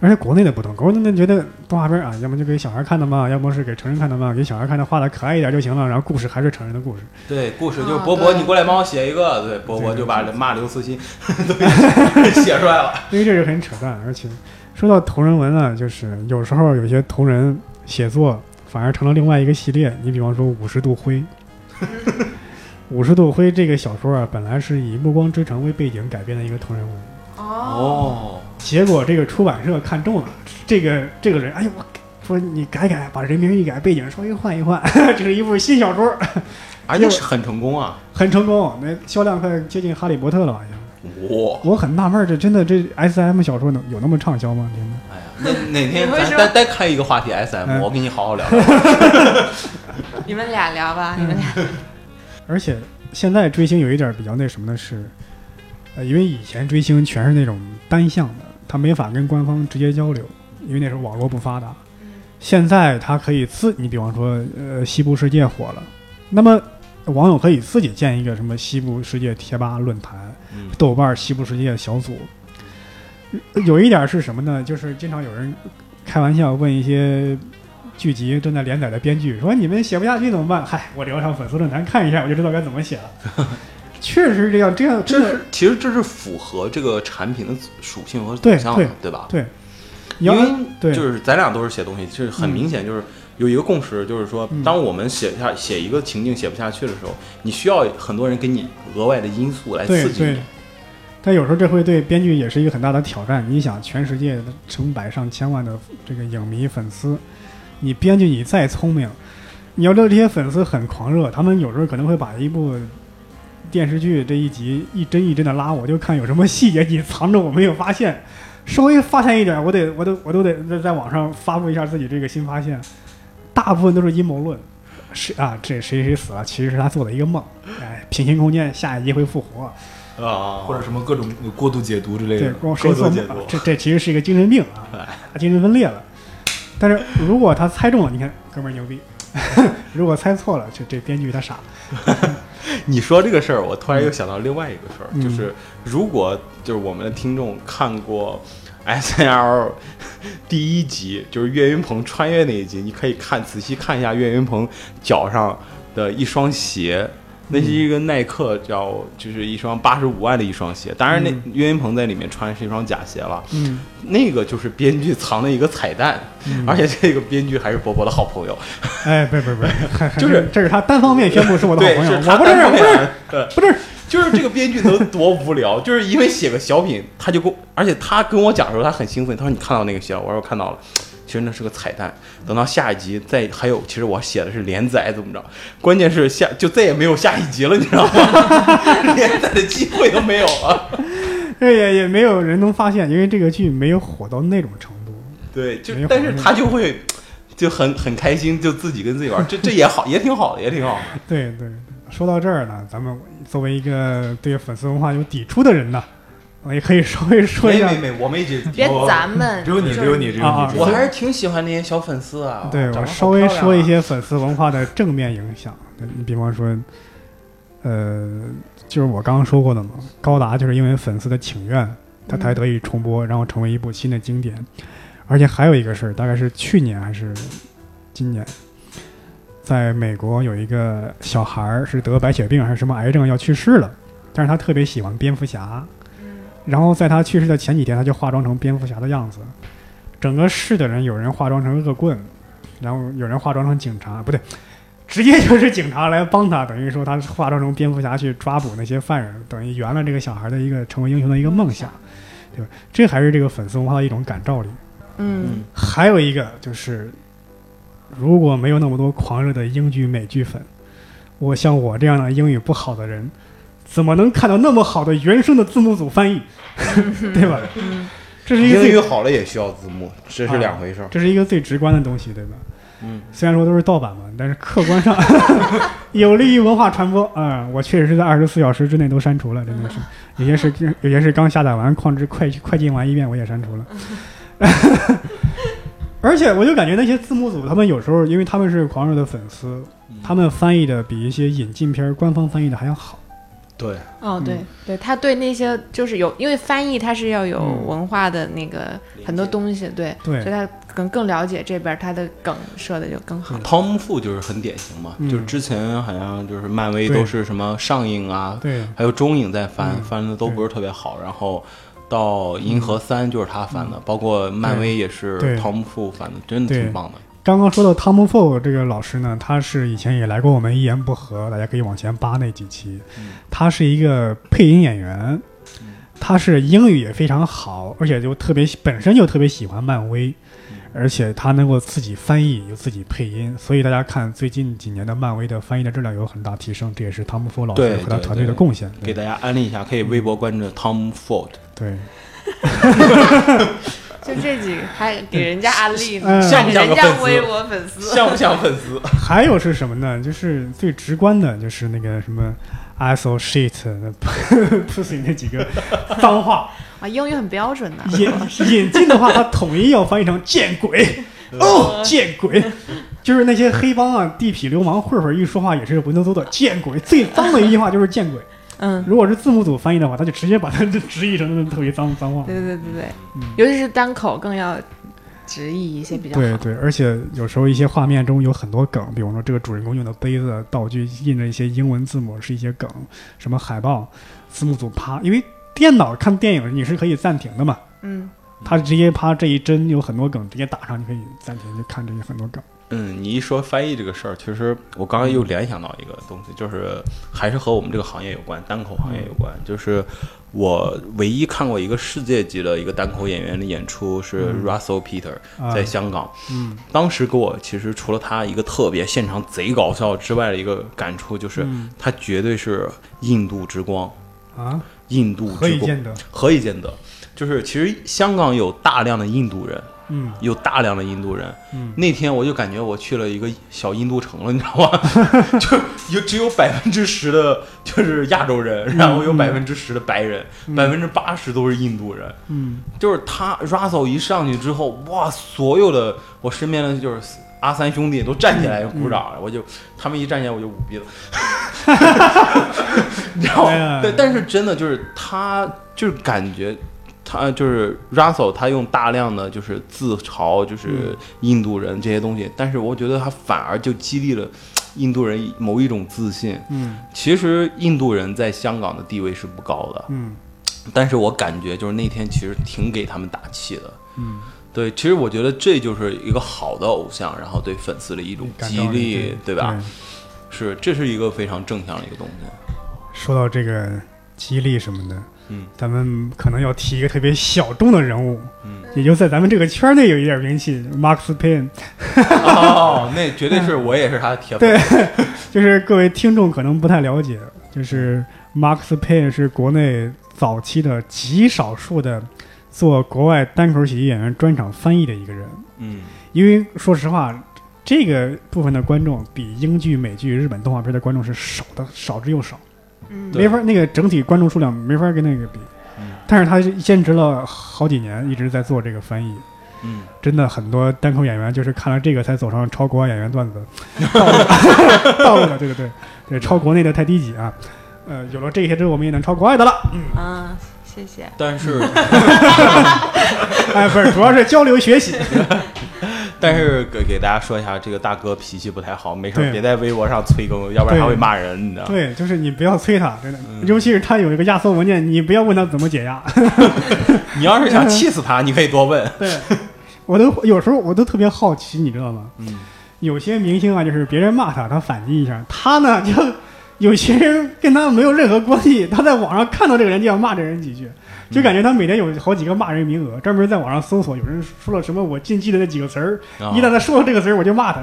而且国内的不同，国内的觉得动画片儿啊，要么就给小孩看的嘛，要么是给成人看的嘛，给小孩看的画的可爱一点就行了，然后故事还是成人的故事。对，故事就是啊伯伯，对你过来帮我写一个。对，伯伯就把骂刘慈欣都给写出来了。因为这是很扯淡。而且说到同人文啊，就是有时候有些同人写作反而成了另外一个系列。你比方说《五十度灰》，《五十度灰》这个小说啊，本来是以《暮光之城》为背景改编的一个同人文，哦，哦，结果这个出版社看中了这个这个人，哎呦我。说你改改，把人名一改，背景稍微换一换， 这是一部新小说，而且哎是很成功啊！很成功，那销量快接近《哈利波特》了吧？已经哇，我很纳闷儿，这真的这 S M 小说能有那么畅销吗？真的？哎呀，那哪天你为咱什么单单开一个话题 S M，嗯我跟你好好 聊聊。你们俩聊吧，你们俩而且现在追星有一点比较那什么的是，呃，因为以前追星全是那种单向的，他没法跟官方直接交流，因为那时候网络不发达。现在他可以自，你比方说，呃，西部世界火了，那么网友可以自己建一个什么西部世界贴吧论坛、嗯豆瓣西部世界小组。呃有一点是什么呢？就是经常有人开玩笑问一些剧集正在连载的编剧说：“你们写不下去怎么办？”嗨，我聊上粉丝论坛看一下，我就知道该怎么写了。 确实是这样，这样真这的是其实这是符合这个产品的属性和走对向对的，对吧？对。你啊因要为对就是咱俩都是写东西，就是很明显就是有一个共识，就是说，嗯当我们写下写一个情境写不下去的时候，你需要很多人给你额外的因素来对刺激对你。，但有时候这会对编剧也是一个很大的挑战。你想，全世界的成百上千万的这个影迷粉丝，你编剧你再聪明，你要知道这些粉丝很狂热，他们有时候可能会把一部电视剧这一集一帧一帧的拉，我就看有什么细节你藏着我没有发现，稍微发现一点，我得我都我都得在在网上发布一下自己这个新发现。大部分都是阴谋论，谁啊这谁谁死了，其实是他做的一个梦，哎，平行空间下一集会复活。啊，或者什么各种过度解读之类对的，，光谁过做度梦解啊读，这这其实是一个精神病啊，精神分裂了。但是如果他猜中了，你看哥们儿牛逼； 如果猜错了，这这编剧他傻。你说这个事儿，我突然又想到另外一个事儿，嗯就是如果就是我们的听众看过 S N L 第一集，就是岳云鹏穿越那一集，你可以看仔细看一下岳云鹏脚上的一双鞋。那嗯是一个耐克叫，就是一双八十五万的一双鞋，当然那嗯岳云鹏在里面穿是一双假鞋了，嗯，那个就是编剧藏了一个彩蛋，而且这个编剧还是伯伯的好朋友，哎，不不不，还还 就是这是他单方面宣布是我的好对，朋友，是我他不是单我方不是面，对，不是，就是这个编剧能多无聊，就是因为写个小品，他就跟我，而且他跟我讲的时候，他很兴奋，他说你看到那个戏了，我说我看到了，其实那是个彩蛋，等到下一集再还有，其实我写的是连载怎么着，关键是下就再也没有下一集了，你知道吗？ 连载的机会都没有了。这哎也也没有人能发现，因为这个剧没有火到那种程度。对，就没有但是他就会就很很开心，就自己跟自己玩，这这也好，也挺好的，也 挺好的。对对，说到这儿呢，咱们作为一个对粉丝文化有抵触的人呢，我也可以稍微说一没下没。没，我们一直别咱们，哦嗯只有你，就只是有你，只有啊啊你，只有我你还是挺喜欢那些小粉丝啊。对长得我好稍微漂亮啊说一些粉丝文化的正面影响，你比方说，呃，就是我刚刚说过的嘛，高达就是因为粉丝的请愿，它才得以重播，然后成为一部新的经典。而且还有一个事儿，大概是去年还是今年，在美国有一个小孩儿是得白血病还是什么癌症要去世了，但是他特别喜欢蝙蝠侠，然后在他去世的前几天，他就化妆成蝙蝠侠的样子。整个市的人，有人化妆成恶棍，然后有人化妆成警察，不对，直接就是警察来帮他，等于说他化妆成蝙蝠侠去抓捕那些犯人，等于圆了这个小孩的一个成为英雄的一个梦想，对吧？这还是这个粉丝文化的一种感召力。嗯，还有一个就是，如果没有那么多狂热的英剧、美剧粉，我像我这样的英语不好的人，怎么能看到那么好的原生的字幕组翻译，对吧？嗯这是一个英最语好了也需要字幕，这是两回事儿。这是一个最直观的东西，对吧？嗯，虽然说都是盗版嘛，但是客观上有利于文化传播。啊、我确实是在二十四小时之内都删除了，真的是有些是有些是刚下载完，矿之快快进完一遍我也删除了。而且我就感觉那些字幕组，他们有时候因为他们是狂热的粉丝，他们翻译的比一些引进片儿官方翻译的还要好。对，哦，对对，他对那些就是有，因为翻译他是要有嗯文化的那个理很多解东西，对，对所以他可能更了解这边儿，他的梗设的就更好。汤姆富嗯就是很典型嘛，嗯就是之前好像就是漫威对都是什么上映啊，对，还有中影在翻，嗯翻的都不是特别好，然后。到银河三就是他翻的，包括漫威也是嗯对汤姆富翻的，真的对挺棒的。刚刚说到汤姆·福这个老师呢，他是以前也来过我们一言不合，大家可以往前扒那几期。嗯他是一个配音演员，他是英语也非常好，而且就特别喜本身就特别喜欢漫威，嗯而且他能够自己翻译又自己配音，所以大家看最近几年的漫威的翻译的质量有很大提升，这也是汤姆·福老师对和他对团队的对贡献。给大家安利一下，可以微博关注 Tom Ford。对，就这几个还给人家安利呢，嗯像不像人个家粉丝微博粉丝，像不像粉丝？还有是什么呢？就是最直观的，就是那个什么 “asshole shit” 那 pussy 那几个脏话。啊，英语很标准的，引引进的话，它统一要翻译成“见鬼”哦，“见鬼”，就是那些黑帮啊、地痞流氓混混一说话也是文绉绉的“见鬼”，最脏的一句话就是“见鬼嗯”。。如果是字幕组翻译的话，他就直接把它直译成特别脏脏话。对对对对对，哦嗯尤其是单口更要直译一些比较好。对对，而且有时候一些画面中有很多梗，比方说这个主人公用的杯子、道具印着一些英文字母是一些梗，什么海报，字幕组啪，因为电脑看电影你是可以暂停的嘛，嗯，他直接啪这一帧有很多梗，直接打上，你可以暂停就看这些很多梗。嗯，你一说翻译这个事儿，其实我刚刚又联想到一个东西，就是还是和我们这个行业有关，单口行业有关。就是我唯一看过一个世界级的一个单口演员的演出是嗯 Russell Peter 啊在香港，嗯当时给我其实除了他一个特别现场贼搞笑之外的一个感触，就是嗯他绝对是印度之光，啊，印度何之以光，见得？何以见得？就是其实香港有大量的印度人，嗯有大量的印度人。嗯那天我就感觉我去了一个小印度城了，你知道 吗？就有只有百分之十的，就是亚洲人，然后有嗯百分之十的白人，百分之八十都是印度人。嗯就是他 Russell 一上去之后，哇，所有的我身边的就是阿三兄弟都站起来鼓掌，我就他们一站起来我就捂鼻子， 你知道哎呀吗？对，但是真的就是他就是感觉。他就是 Russell，他用大量的就是自嘲，就是印度人这些东西，但是我觉得他反而就激励了印度人某一种自信。嗯其实印度人在香港的地位是不高的，嗯但是我感觉就是那天其实挺给他们打气的。嗯，对，其实我觉得这就是一个好的偶像，然后对粉丝的一种感激召力励，对吧？？是，这是一个非常正向的一个东 西。说到这个激励什么的，嗯，咱们可能要提一个特别小众的人物，嗯，也就在咱们这个圈内有一点名气，Max Payne。哦，那绝对是我也是他的铁粉。对就是各位听众可能不太了解，就是 Max Payne 是国内早期的极少数的做国外单口喜剧演员专场翻译的一个人。嗯因为说实话，这个部分的观众比英剧、美剧、日本动画片的观众是少的，少之又少，嗯，对没法那个整体观众数量没法跟那个比。嗯但是他坚持了好几年，一直在做这个翻译。嗯，真的很多单口演员就是看了这个才走上超国外演员段子道 路道路的，对对对，对超国内的太低级啊。呃，有了这些之后，我们也能超国外的了。啊，谢谢。但是嗯哎，不是，主要是交流学习。 但是给给大家说一下，这个大哥脾气不太好，没事儿对别在微博上催更，要不然他会骂人，你知道吗？对，就是你不要催他，真的，啊嗯尤其是他有一个压缩文件，你不要问他怎么解压。你要是想气死他，你可以 多问。对，我都有时候我都特别好奇，你知道吗？嗯，有些明星啊，就是别人骂他，他反击一下，他呢就有些人跟他没有任何关系，他在网上看到这个人就要骂这人几句，嗯就感觉他每天有好几个骂人名额，专门在网上搜索有人说了什么我禁忌的那几个词儿，啊嗯一旦他说了这个词儿我就骂他，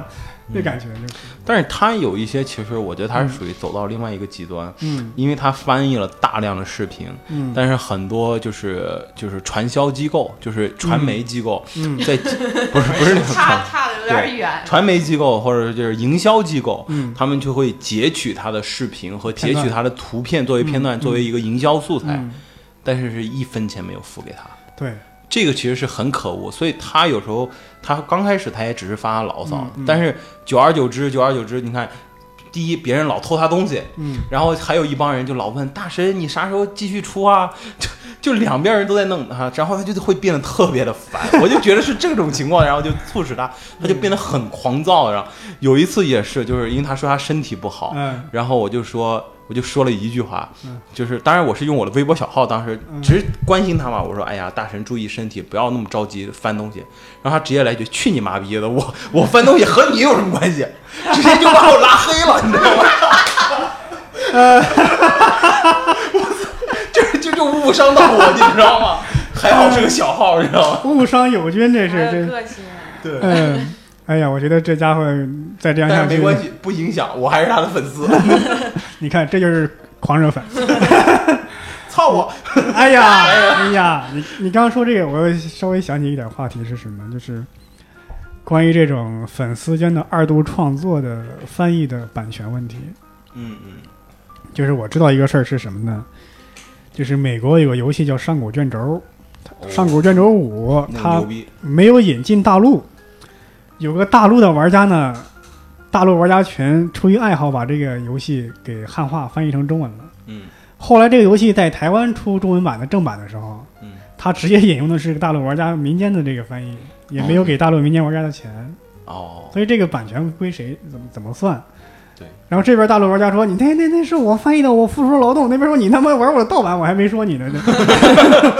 那感觉就是，但是他有一些，其实我觉得他是属于走到另外一个极端，嗯因为他翻译了大量的视频，嗯但是很多就是就是传销机构，就是传媒机构，嗯 在 不是不是那个传差的有有点远。传媒机构或者就是营销机构，嗯他们就会截取他的视频和截片取段他的图片作为片段，嗯作为一个营销素材，嗯，但是是一分钱没有付给他。对，这个其实是很可恶，所以他有时候他刚开始他也只是发牢骚，嗯嗯但是久而久之，久而久之，你看，第一别人老偷他东西，嗯，然后还有一帮人就老问大神你啥时候继续出啊？ 就就两边人都在弄他，然后他就会变得特别的烦。我就觉得是这种情况，然后就促使他，他就变得很狂躁。然后有一次也是，就是因为他说他身体不好，嗯然后我就说，我就说了一句话，嗯就是当然我是用我的微博小号，当时嗯只是关心他嘛，我说哎呀，大神注意身体，不要那么着急翻东西。然后他直接来一句：“去你妈逼的！我我翻东西和你有什么关系？”直接就把我拉黑了，你知道吗？这 这就误伤到我，你知道吗？还好是个小号，你 知道吗？误伤友军，这还有是个性啊，对这，嗯， 哎呀，我觉得这家伙再这样下但是去没，关系，不影响，我还是他的粉丝。你看这就是狂热粉。操我！ 哎 呀，哎呀，你你刚刚说这个，我又稍微想起一点话题是什么，就是关于这种粉丝间的二度创作的翻译的版权问题。嗯嗯就是我知道一个事儿是什么呢？就是美国有个游戏叫《上古卷轴》，哦《上古卷轴五》，那个它牛逼，没有引进大陆，有个大陆的玩家呢，大陆玩家群出于爱好把这个游戏给汉化翻译成中文了。嗯后来这个游戏在台湾出中文版的正版的时候，嗯，他直接引用的是大陆玩家民间的这个翻译，也没有给大陆民间玩家的钱，哦，所以这个版权归谁怎么怎么算？对。然后这边大陆玩家说：“你那那那是我翻译的，我付出劳动。”那边说：“你他妈玩我的盗版，我还没说你呢。 这”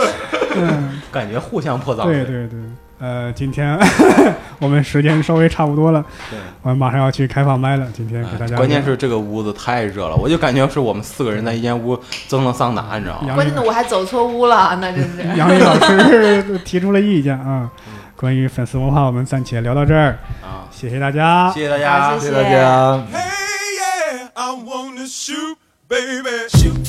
嗯，感觉互相破脏对水。对对，呃，今天 我们时间稍微差不多了，对我们马上要去开放麦了。今天给大家，关键是这个屋子太热了，我就感觉是我们四个人在一间屋蒸了桑拿，你知道吗？杨关笠键我还走错屋了，那真是。杨笠老师提出了意见啊，关于粉丝文化，我们暂且聊到这儿，啊，谢谢大家，谢谢大家，好谢谢大家。 Hey, yeah, I wanna shoot, baby. Shoot.